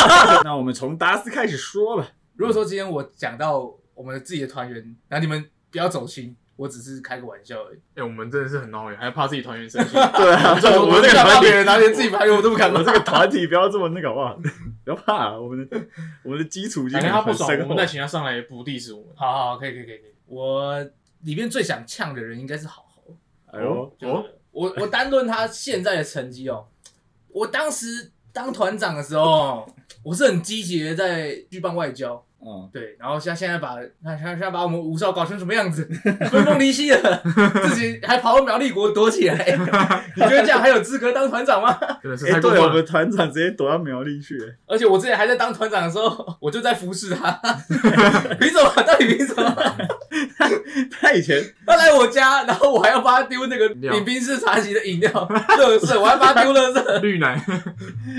Speaker 2: 那我们从达斯开始说吧。
Speaker 3: 如果说今天我讲到我们自己的团员，然后你们不要走心，我只是开个玩笑而已。
Speaker 1: 哎、我们真的是很孬人，还怕自己团员生气。
Speaker 2: 对啊，
Speaker 3: 我
Speaker 2: 我们
Speaker 3: 不
Speaker 2: 这个
Speaker 3: 敢骂
Speaker 2: 团
Speaker 3: 别
Speaker 2: 体
Speaker 3: 人，然后连自己团员我都不敢
Speaker 2: 我
Speaker 3: 骂
Speaker 2: 们。这个团体不要这么那个好不好？ 不要怕，我们的我们的基 础已经
Speaker 1: 反正他
Speaker 2: 很
Speaker 1: 不爽，
Speaker 2: 深
Speaker 1: 我
Speaker 2: 厚
Speaker 1: 们再请他上来补地址我们。
Speaker 3: 好好，好可以可以可以可以。我里面最想呛的人应该是好好。
Speaker 2: 哎呦，
Speaker 3: 就是
Speaker 1: 哦
Speaker 3: 我我单论他现在的成绩哦，我当时当团长的时候，哦我是很积极的在举办外交，
Speaker 2: 嗯，
Speaker 3: 对，然后像现在把那像现在把我们吴少搞成什么样子， 分崩离析了，自己还跑到苗栗国躲起来， 你觉得这样还有资格当团长吗？
Speaker 1: 真的是
Speaker 2: 哎、
Speaker 1: 太过
Speaker 2: 对，我
Speaker 1: 分了。
Speaker 2: 们团长直接躲到苗栗去，哎
Speaker 3: 而且我之前还在当团长的时候，我就在服侍他， 凭什么？到底凭什么？
Speaker 2: 他以前
Speaker 3: 他来我家，然后我还要帮他丢那个
Speaker 1: 料
Speaker 3: 饮冰式茶席的饮料、 垃圾，我还帮他丢垃圾。
Speaker 1: 绿奶，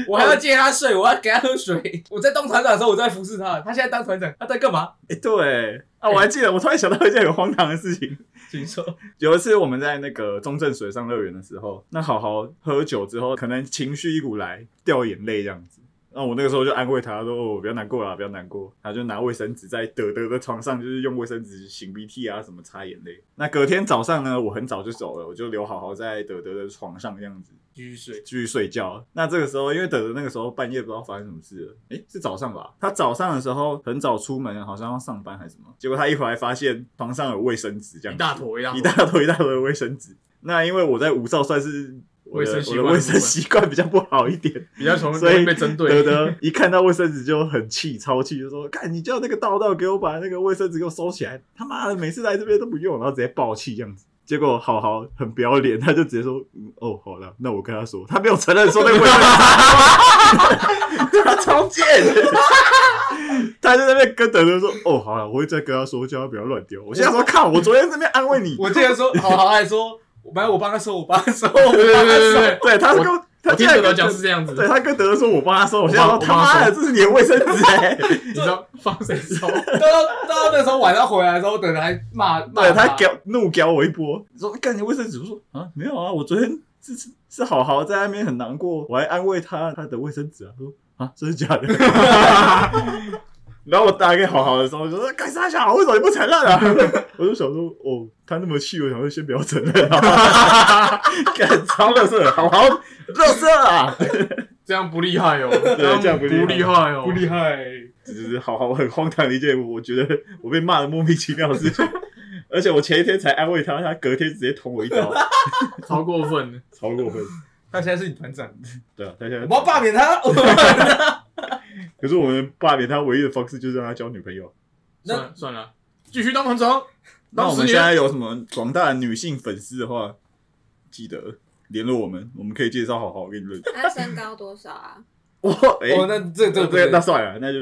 Speaker 3: 我还要借他睡，我要给他喝水。我在当团长的时候，我在服侍他。他现在当团长，他在干嘛？
Speaker 2: 哎、对啊，我还记得，我突然想到一件很荒唐的事情。
Speaker 3: 请说。
Speaker 2: 有一次我们在那个中正水上乐园的时候，那好好喝酒之后，可能情绪一股来，掉眼泪这样子。那我那个时候就安慰他说：“哦，不要难过啦，不要难过。”他就拿卫生纸在德德的床上，就是用卫生纸擤鼻涕啊，什么擦眼泪。那隔天早上呢，我很早就走了，我就留好好在德德的床上这样子。
Speaker 3: 继续睡。
Speaker 2: 继续睡觉。那这个时候，因为等着那个时候半夜不知道发生什么事了，诶、是早上吧？他早上的时候很早出门，好像要上班还是什么，结果他一回来发现床上有卫生纸，这
Speaker 1: 一
Speaker 2: 样
Speaker 1: 大坨一大
Speaker 2: 一
Speaker 1: 坨，
Speaker 2: 大坨一大坨的卫生纸。那因为我在五少算是我的
Speaker 1: 卫生习
Speaker 2: 我
Speaker 1: 惯的
Speaker 2: 的卫
Speaker 1: 部
Speaker 2: 生
Speaker 1: 分
Speaker 2: 习惯比较不好一点，
Speaker 1: 比较容易
Speaker 2: 所以
Speaker 1: 被针
Speaker 2: 德
Speaker 1: 对。
Speaker 2: 德一看到卫生纸就很气，超气，就说：“看，你叫那个道道给我把那个卫生纸给我收起来！他妈的，每次来这边都不用，然后直接爆气这样子。”结果好好很不要脸，他就直接说：“嗯哦，好了，那我跟他说。”他没有承认说那个卫生纸， 他超贱的。他就在那边跟德德说：“哦，好了，我会再跟他说，叫他不要乱丢。”我现在说：“靠，我昨天在那边安慰你，
Speaker 3: 我竟然说，好好还说，反正我帮他收，我帮他收，我帮
Speaker 1: 对对
Speaker 3: 他
Speaker 1: 对对
Speaker 3: 收。
Speaker 1: 对，
Speaker 2: 对，他是跟我他
Speaker 1: 我听
Speaker 2: 竟然
Speaker 1: 德
Speaker 2: 跟
Speaker 1: 德讲是这样子，
Speaker 2: 对他跟德德说：“我帮他收。”我现在说：“
Speaker 1: 我帮
Speaker 2: 他
Speaker 1: 我帮他
Speaker 2: 妈的，
Speaker 1: 收
Speaker 2: 这是你的卫生纸 哎！”
Speaker 1: 你知道放谁手？
Speaker 3: 到到那时候晚上回来的时候，等人还骂骂
Speaker 2: 对他屌怒屌我一波，说干你卫生纸，我说啊没有啊，我昨天是是是好好在那边很难过，我还安慰他他的卫生纸啊，他说啊真的假的？ 然后我打给好好的时候，我就说干啥小，为什么你不承认啊？ 我就想说哦，他那么气，我想说先不要承认啊， 干超乐色，好好乐色啊，
Speaker 1: 这样不厉害哦，
Speaker 2: 这样不厉害
Speaker 1: 不厉害哦，
Speaker 3: 厉害，
Speaker 2: 这就是好好很荒唐的一件，我觉得我被骂的莫名其妙的事情。 而且我前一天才安慰他，他隔天直接捅我一刀，
Speaker 1: 超过分的。
Speaker 2: 超过分。
Speaker 3: 他现在是你团长，
Speaker 2: 对啊，他现在
Speaker 3: 我要罢免他。我要罢免他
Speaker 2: 可是我们罢免他唯一的方式就是让他交女朋友。
Speaker 3: 那
Speaker 1: 算了算了，继续当团长。
Speaker 2: 那我
Speaker 1: 当十
Speaker 2: 们现
Speaker 1: 年
Speaker 2: 在有什么广大的女性粉丝的话，记得联络我们，我们可以介绍好好给你认识。
Speaker 4: 他身高多少啊？
Speaker 2: 哇，哎、
Speaker 3: 哦，那这
Speaker 2: 这
Speaker 3: 这
Speaker 2: 这个
Speaker 3: 这
Speaker 2: 那算了，那就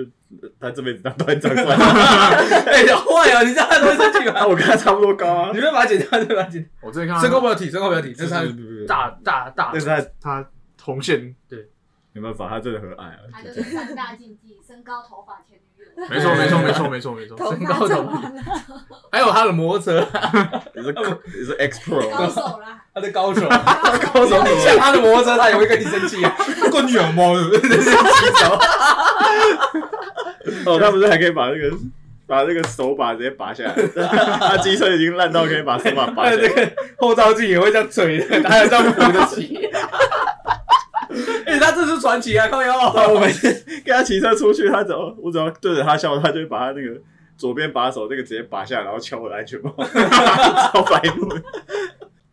Speaker 2: 他这辈子当团长算了。
Speaker 3: 哎呀坏啊！你这样会生气
Speaker 2: 那
Speaker 3: 吗？
Speaker 2: 我跟他差不多高啊
Speaker 3: 你。们把它剪掉，对把它剪掉。
Speaker 1: 我之前看
Speaker 3: 身高
Speaker 1: 到
Speaker 3: 不要提，身高不要提，这是 他
Speaker 2: 不不不不
Speaker 1: 大大大
Speaker 2: 但，是他
Speaker 1: 他红线
Speaker 2: 没办法，他真的很矮 啊。
Speaker 5: 他就是三大禁忌：身高、头发、前女友。
Speaker 1: 没错没错没
Speaker 2: 哎
Speaker 1: 错没错没
Speaker 4: 头
Speaker 1: 错，
Speaker 4: 发怎么了？
Speaker 3: 还有他的摩托车，
Speaker 2: 你是你是 X
Speaker 5: 高
Speaker 2: Pro，
Speaker 5: 手啦，
Speaker 3: 他的高手。
Speaker 5: 高
Speaker 3: 你像他的摩托车，他也会跟你生气啊！过你有猫的，
Speaker 2: 哦，他不是还可以把那个把那个手把直接拔下来？ 他机车已经烂到可以把手把拔
Speaker 3: 他
Speaker 2: 下
Speaker 3: 的
Speaker 2: 来
Speaker 3: 这。哎个后照镜也会这样垂的，他还这样扶得起。 哎，他这是传奇啊！靠
Speaker 2: 对，
Speaker 3: 腰，
Speaker 2: 我每次跟他骑车出去，他只要我只要对着他笑，他就会把他那个左边把手那个直接拔下来，然后敲我的安 全帽，超白目。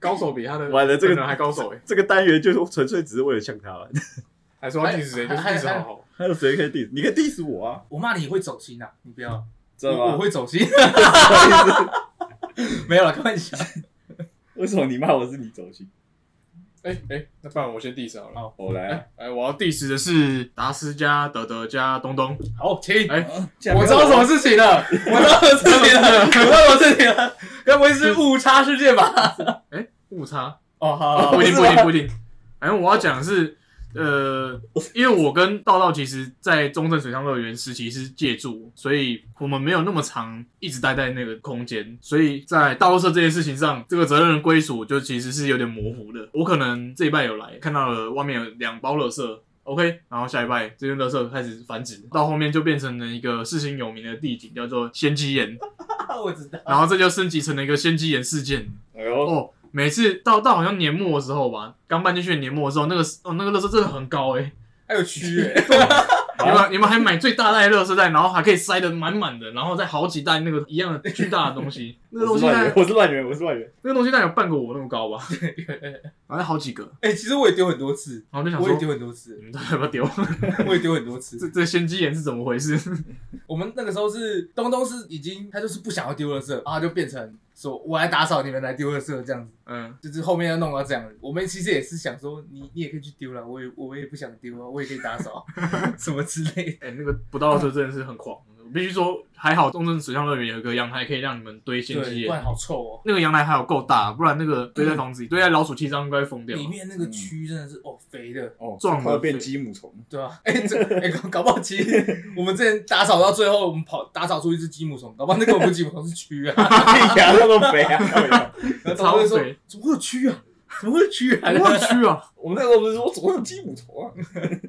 Speaker 1: 高手比他的
Speaker 2: 完了这个
Speaker 1: 本人还高手哎，
Speaker 2: 这个单元就是纯粹只是为了呛他，
Speaker 1: 还说他 diss 谁，就是 diss 好好。
Speaker 2: 还有谁可以 diss？你可以 diss 我啊，
Speaker 3: 我骂你会走心啊！你不要，
Speaker 2: 知道
Speaker 3: 我
Speaker 2: 吗？
Speaker 3: 我会走 心。没有了，开玩笑。
Speaker 2: 为什么你骂我是你走心？
Speaker 1: 哎哎，那不然我先 diss 好了。
Speaker 2: 我来啊，
Speaker 1: 哎，我要 diss 的是达斯加德德加东东。
Speaker 3: 好，请。
Speaker 1: 哎，
Speaker 3: 我知道什么事情了，我知道什么事情了，我知道什么事情了，该不会是误差事件吧？
Speaker 1: 误差
Speaker 3: 哦， 好
Speaker 1: 不一定
Speaker 2: 是
Speaker 1: 不
Speaker 2: 吗
Speaker 1: 一定不一定。反正我要讲的是，呃，因为我跟道道其实，在中正水上乐园时期是借住，所以我们没有那么长一直待在那个空间，所以在道路社这件事情上，这个责任的归属就其实是有点模糊的。我可能这一拜有来看到了外面有两包垃圾。OK，然后下一拜这边垃圾开始繁殖，到后面就变成了一个世新有名的地景，叫做仙鸡岩，
Speaker 3: 我知道。
Speaker 1: 然后这就升级成了一个仙鸡岩事件。
Speaker 2: 哎呦，
Speaker 1: 哦，每次到到好像年末的时候吧，刚搬进去的年末的时候，那个哦那个垃圾真的很高哎、
Speaker 3: 还有 区欸，
Speaker 1: 你们你们还买最大袋的垃圾袋，然后还可以塞得满满的，然后再好几袋那个一样的巨大的东 西，那个
Speaker 2: 我
Speaker 1: 东
Speaker 2: 是
Speaker 1: 西
Speaker 2: 乱源
Speaker 1: 袋，
Speaker 2: 我是乱源，我是乱源。
Speaker 1: 那个东西袋有半个我那么高吧，反正好几个，
Speaker 3: 哎，其实我也丢很多次，
Speaker 1: 然后就想
Speaker 3: 我也
Speaker 1: 说
Speaker 3: 丢很多次
Speaker 1: 你，们到底要不要 丢？
Speaker 3: 我也丢很多次
Speaker 1: 这。这先机眼是怎么回事？
Speaker 3: 我们那个时候是东东是已经他就是不想要丢垃圾，然后他就变成说我来打扫，你们来丢垃圾这样子，
Speaker 1: 嗯，
Speaker 3: 就是后面要弄到这样。我们其实也是想说你你也可以去丢了，我也我也不想丢啊，我也可以打扫啊 什么之类的。
Speaker 1: 哎、那个不到的时候真的是很狂，我必须说还好中正水上乐园有一个阳台可以让你们堆先机
Speaker 3: 对，不然
Speaker 1: 眼。
Speaker 3: 好臭哦。
Speaker 1: 那个阳台还有够大，不然那个堆在房子里，堆在老鼠器上应该会疯掉。
Speaker 3: 里面那个蛆真的是哦肥的，
Speaker 2: 哦
Speaker 1: 撞了
Speaker 2: 他会变鸡母虫，
Speaker 3: 对啊， 哎、这哎、搞搞不好其实我们之前打扫到最后，我们跑打扫出一只吉姆虫，搞不好那个我们吉姆虫是蛆 啊。
Speaker 2: 哎呀，那么肥啊！
Speaker 3: 然后
Speaker 1: 超
Speaker 3: 同事说
Speaker 1: 肥，
Speaker 3: 怎么会有蛆啊？怎么会有蛆啊？
Speaker 1: 我去啊！
Speaker 2: 我们那时候不是说怎么有鸡母虫啊？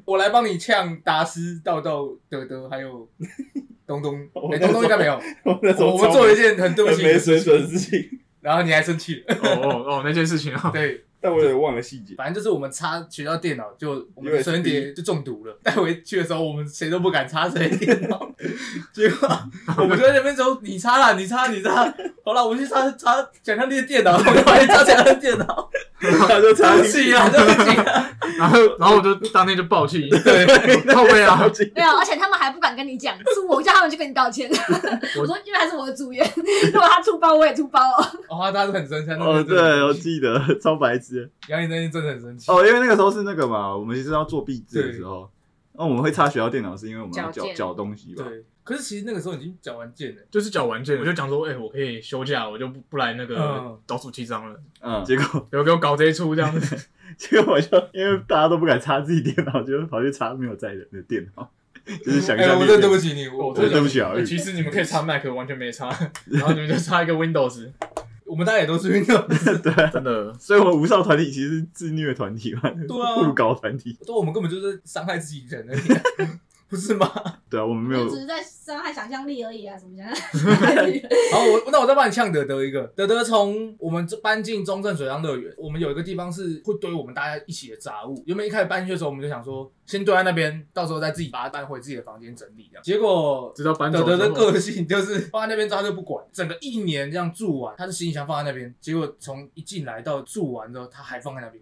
Speaker 3: 我来帮你呛达斯、道道、德德还有 东东，
Speaker 2: 我
Speaker 3: 哎、东东应该没有。
Speaker 2: 我 们那时候
Speaker 3: 我们
Speaker 2: 超
Speaker 3: 做了一件很对不
Speaker 2: 很
Speaker 3: 起
Speaker 2: 没
Speaker 3: 的
Speaker 2: 水
Speaker 3: 事
Speaker 2: 准的
Speaker 3: 情，
Speaker 2: 事情，
Speaker 3: 然后你还生气了。
Speaker 1: 哦哦哦，那件事情啊，
Speaker 3: 对，
Speaker 2: 但我有点忘了细节。
Speaker 3: 反正就是我们插学校电脑，就我们的
Speaker 2: USB
Speaker 3: 水源碟就中毒了。带回去的时候，我们谁都不敢插水源电脑， 结果我们就在那边说：“ 你插啦，你插，你插。”好了，我们去插插蒋亮丽的电脑，我们就去插蒋亮丽的电脑。
Speaker 2: 他就插
Speaker 3: 对不
Speaker 2: 进去
Speaker 3: 起啊，对不起啊，
Speaker 1: 然后然后我就当天就爆气，
Speaker 3: 对，
Speaker 1: 靠背啊
Speaker 2: 插，进
Speaker 5: 没有，而且他们还不敢跟你讲，是我叫他们去跟你 道歉。我说，因为他是我的组员，如果他出包，我也出包哦。
Speaker 3: 哦，大家都很生气。他那
Speaker 2: 哦，
Speaker 3: 个真的
Speaker 2: 对，
Speaker 3: 很
Speaker 2: 我
Speaker 3: 生气
Speaker 2: 记得 超白痴。
Speaker 3: 杨颖那天真的很生气。
Speaker 2: 哦，因为那个时候是那个嘛，我们其实要做壁纸的
Speaker 3: 对
Speaker 2: 时候，那我们会插学校电脑，是因为我们要
Speaker 4: 矫
Speaker 2: 缴
Speaker 4: 健
Speaker 2: 缴东西吧？
Speaker 3: 对，可是其实那个时候已经讲完剑了。
Speaker 1: 就是缴完件，我就讲说，哎、我可以休假，我就不不来那个
Speaker 3: 嗯
Speaker 1: 倒数七章了，
Speaker 2: 嗯，结果
Speaker 1: 有给我搞这一出这样 子，
Speaker 2: 结果我就因为大家都不敢插自己电脑，就跑去插没有在人的电脑， 就是想
Speaker 3: 哎，
Speaker 2: 象
Speaker 3: 我
Speaker 2: 力
Speaker 3: 真的对
Speaker 2: 变大。
Speaker 3: 不起你，我
Speaker 1: 我
Speaker 2: 真的对不起啊
Speaker 1: 哎其实你们可以插 Mac，我完全没插， 然后你们就插一个 Windows，
Speaker 3: 我们大家也都是运 动，
Speaker 1: 真的，
Speaker 2: 所以我们无少团体其实是自虐团体嘛，
Speaker 3: 对啊
Speaker 2: 不搞团体。
Speaker 3: 对，我们根本就是伤害自己人而已，啊不是 吗？
Speaker 2: 对啊，我们没有
Speaker 5: 就只是在伤害想象力而已啊，什么想象力？
Speaker 3: 好，我那我再帮你呛德德一个。德德从我们搬进中正水上乐园，我们有一个地方是会堆我们大家一起的杂物。原本一开始搬进去的时候，我们就想说先堆在那边，到时候再自己把它搬回自己的房间整理这样。结果
Speaker 1: 直到搬
Speaker 3: 德
Speaker 1: 走
Speaker 3: 德
Speaker 1: 之
Speaker 3: 的
Speaker 1: 后，
Speaker 3: 个性就是放在那边之后他就不管，整个一年这样住完，他的行李箱放在那边，结果从一进来到住完之后，他还放在那 边，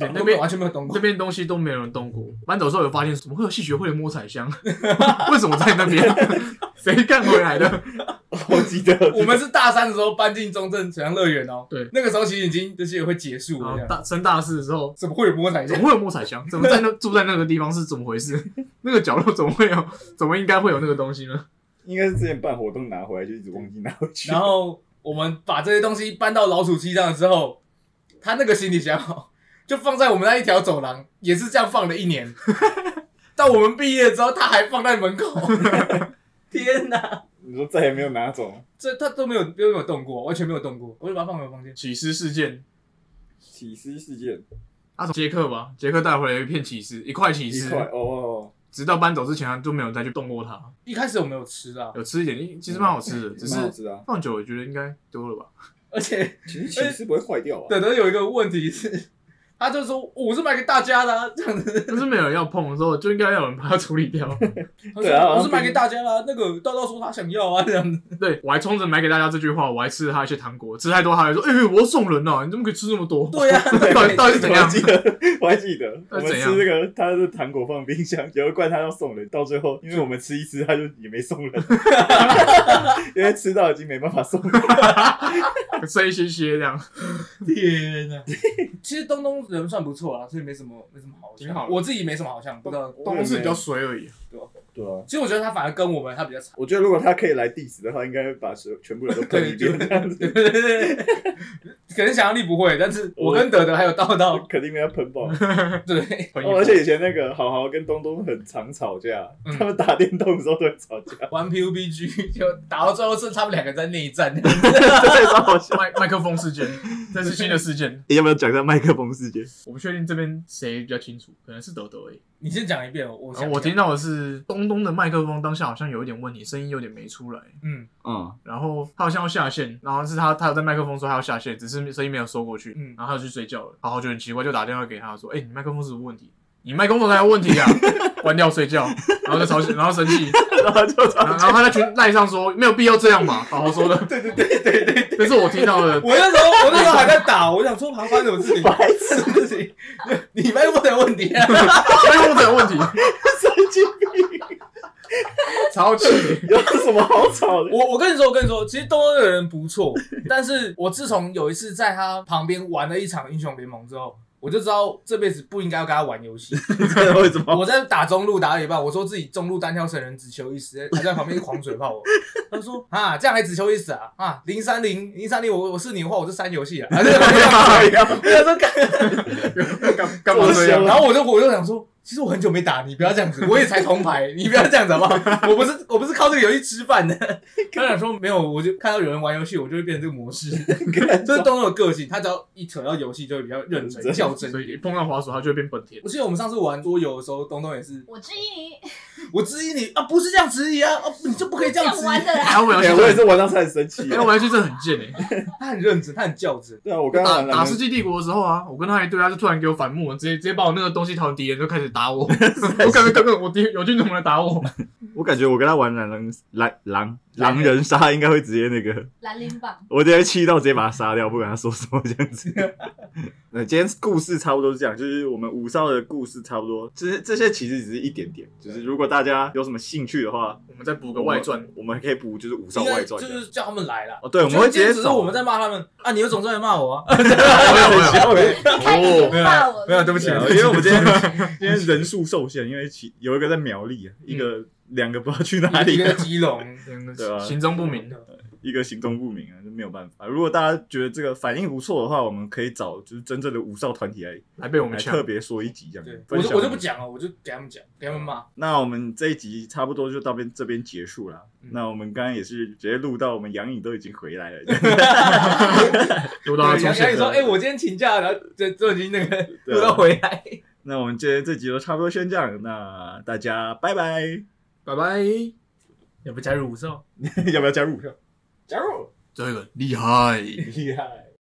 Speaker 3: 对
Speaker 1: 那边
Speaker 3: 完全没有动过
Speaker 1: 那。边东西都没有人动过，搬走之后有发现，怎么会有戏学会的摸彩箱？ 为什么在那 边？谁干回来的？
Speaker 2: 我记得，
Speaker 3: 我们是大三的时候搬进中正水上乐园哦，
Speaker 1: 对
Speaker 3: 那个时候其实已经这些会结束
Speaker 1: 然
Speaker 3: 了
Speaker 1: 后
Speaker 3: 这样。
Speaker 1: 大升大四之后，
Speaker 3: 怎么会有摸彩
Speaker 1: 怎
Speaker 3: 箱？
Speaker 1: 么会有摸彩箱？怎么在那住在那个地方是怎么回事？ 那个角落怎么会有？怎么应该会有那个东西呢？
Speaker 2: 应该是之前办活动拿回来就一直忘记拿回去
Speaker 3: 然后我们把这些东西搬到老鼠机上之后，他那个行李箱哦，就放在我们那一条走廊，也是这样放了一年。到我们毕业之后，他还放在门口。天哪，
Speaker 2: 你说再也没有拿走
Speaker 3: 这他都没有都没有动过，完全没有动过，我就把它放回我房间。
Speaker 1: 起司事件，
Speaker 2: 起司事件，
Speaker 1: 啊，从捷克吧，捷克带回来一片起司，一块起司，
Speaker 2: 哦，
Speaker 1: 直到搬走之前他就没有再去动过它。
Speaker 3: 一开始我没有吃啊，
Speaker 1: 有吃一点，其实蛮好吃的，只是
Speaker 2: 吃啊。
Speaker 1: 放久了我觉得应该丢了吧。
Speaker 3: 而且
Speaker 2: 其实起司不会坏掉啊。
Speaker 3: 德德有一个问题是，他就说我是买给大家的、啊，这样子。
Speaker 1: 但是没有人要碰的时候，就应该要有人把它处理掉。
Speaker 3: 他
Speaker 2: 对啊
Speaker 3: 说我是买给大家的、啊，那个道道说他想要啊，这样子。
Speaker 1: 对我还冲着买给大家这句话，我还吃了他一些糖果，吃太多他还说：“哎、我要送人了、你怎么可以吃那么 多？”
Speaker 3: 对啊，
Speaker 1: 到底到底是怎
Speaker 2: 我
Speaker 1: 样
Speaker 2: 还？记得，我还记得，
Speaker 1: 那
Speaker 2: 我们
Speaker 1: 怎
Speaker 2: 吃
Speaker 1: 样
Speaker 2: 那个他的糖果放冰箱，结果怪他要送人，到最后因为我们吃一吃，他就也没送人，因为吃到已经没办法送人。
Speaker 1: 剩一些些这样，
Speaker 3: 天呐！其实东东人算不错啦，所以没什么没什么好像，
Speaker 1: 挺好的
Speaker 3: 我自己没什么好像，不知道。
Speaker 1: 东是比较衰而已。
Speaker 2: 对啊，
Speaker 3: 其实我觉得他反而跟我们他比较 惨。
Speaker 2: 我觉得如果他可以来 diss 的话，应该会把所有全部人都喷一遍这样
Speaker 3: 对
Speaker 2: 子，
Speaker 3: 对对，对 可能想象力不会，但是我跟德德还有道道，
Speaker 2: 肯定被他喷爆。
Speaker 3: 对，
Speaker 1: 朋友
Speaker 2: 哦，而且以前那个好好跟东东很常吵架，
Speaker 3: 嗯
Speaker 2: 他们打电动的时候都会吵架，
Speaker 3: 玩 PUBG 就打到最后剩他们两个在内战，
Speaker 2: 真的超好 笑。
Speaker 1: 麦麦克风事件，这是新的事件，
Speaker 2: 要不要讲一下麦克风事件？
Speaker 1: 我不确定这边谁比较清楚，可能是德德诶。
Speaker 3: 你先讲一遍，哦我
Speaker 1: 然
Speaker 3: 想啊
Speaker 1: 后哦我听，到的是东东的麦克风当下好像有一点问题，声音有点没出来。
Speaker 3: 嗯
Speaker 2: 嗯，
Speaker 1: 然后他好像要下线，然后是他他有在麦克风说他要下线，只是声音没有收过去，
Speaker 3: 嗯
Speaker 1: 然后他就去睡觉了。然后就很奇怪，就打电话给他说：“哎、你麦克风是不是有问题？你麦克风才有问题啊！” 关掉睡觉，然后就吵醒，然后生气，
Speaker 2: 然后就吵
Speaker 1: 然后然后他在群赖上说：“没有必要这样嘛，好好说的。
Speaker 3: 对对对对对，”
Speaker 1: 这是我听到的，
Speaker 3: 我那时候我那时候还在打，我想说旁发生什么事情，
Speaker 2: 白
Speaker 3: 什么事情？ 你麦克风的问题啊，
Speaker 1: 麦克风才有问题，
Speaker 2: 神经病，
Speaker 1: 超 气。
Speaker 2: 有什么好吵的？
Speaker 3: 我我跟你说，我跟你说，其实东欧的人不错，但是我自从有一次在他旁边玩了一场英雄联盟之后，我就知道这辈子不应该要跟他玩游戏。
Speaker 2: 为什么？
Speaker 3: 我在打中路打到一半，我说自己中路单挑神人只求一死，他在旁边狂嘴炮我。他说啊，这样还只求一死啊啊零三零零三零，我我是你的话，我就删游戏了。啊对 我想说干，
Speaker 1: 干干嘛这样？
Speaker 3: 然后我就我就想说。其实我很久没打你，不要这样子，我也才铜牌，你不要这样子好不好？ 我不是我不是靠这个游戏吃饭的。他想说没有，我就看到有人玩游戏，我就会变成这个模式。就是东东的个性，他只要一扯到游戏就会比较认真、较 真
Speaker 1: 所
Speaker 3: 一
Speaker 1: 以一
Speaker 3: 点。
Speaker 1: 碰到滑鼠，他就会变本田。
Speaker 3: 我记得我们上次玩桌游的时候，东东也是，
Speaker 5: 我质疑你，
Speaker 3: 我质疑你啊，不是这样质疑啊，哦、你就不可以这样质
Speaker 5: 玩
Speaker 3: 疑。
Speaker 5: 的啦。
Speaker 1: 然后我游戏
Speaker 2: 哎，
Speaker 1: 真
Speaker 2: 我
Speaker 1: 的
Speaker 2: 也
Speaker 1: 很，
Speaker 2: 是玩到差点生气啊
Speaker 1: 哎，。我游戏真的很贱哎。
Speaker 3: 他很认真，他很较真。
Speaker 2: 对啊，我刚刚
Speaker 1: 打
Speaker 2: 玩
Speaker 1: 打
Speaker 2: 狼
Speaker 1: 世
Speaker 2: 人，
Speaker 1: 纪帝国的时候啊，我跟他一对，他就突然给我反目，直接直接把我那个东西讨敌人就开始打我，我感觉刚刚我敌友军怎么来打我？
Speaker 2: 我感觉我跟他玩狼人狼狼狼人杀应该会直接那个，
Speaker 5: 兰陵榜，
Speaker 2: 我直接气到直接把他杀掉，不管他说什么这样子。 那今天故事差不多是这样，就是我们五少的故事差不多，这些这些其实只是一点点，就是如果大家有什么兴趣的话，
Speaker 1: 我们再补个外传
Speaker 2: 我，们我们还可以补就是五少
Speaker 3: 应该
Speaker 2: 外传啊
Speaker 3: 就
Speaker 2: 这样。
Speaker 3: 是叫他们来了。
Speaker 2: 哦，对，我们会直接
Speaker 3: 只是
Speaker 2: 走。
Speaker 3: 我们在骂他们啊，你们总是来骂我 啊，
Speaker 2: 没有，
Speaker 5: 一开始就
Speaker 3: 哦没有
Speaker 5: 骂我，
Speaker 3: 没有对不起
Speaker 2: 对啊因为我们 今天今天人数受限，因为其有一个在苗栗啊，一个两个不知道去哪
Speaker 3: 嗯一
Speaker 2: 里
Speaker 3: 个
Speaker 2: 了，
Speaker 3: 基 隆，
Speaker 2: 对啊
Speaker 1: 行踪不明。
Speaker 2: 一个行踪不明啊，就没有办法。如果大家觉得这个反应不错的话，我们可以找就是真正的五少团体来
Speaker 1: 来被我们
Speaker 2: 来
Speaker 1: 抢
Speaker 2: 特。别说一集这样
Speaker 3: 对，。我
Speaker 2: 嗯分享
Speaker 3: 就我就不。讲了，我就给他们讲，给他们骂。
Speaker 2: 那我们这一集差不多就到边这边结束了。
Speaker 1: 嗯
Speaker 2: 那我们刚刚也是直接录到我们杨颖都已经回 来了，啊
Speaker 1: 有
Speaker 3: 对
Speaker 1: 到出
Speaker 3: 杨杨
Speaker 1: 现
Speaker 3: 你说，
Speaker 1: 了，
Speaker 3: 哎，我今天请假，然后这这已经那个
Speaker 2: 对啊
Speaker 3: 录到回来。
Speaker 2: 那我们今天这集就差不多先这样。那大家拜拜，
Speaker 1: 拜拜。
Speaker 3: 要不加入五兽？
Speaker 2: 哦要不要加入？
Speaker 3: 加入，
Speaker 1: 最后一个厉害。
Speaker 3: 厉害。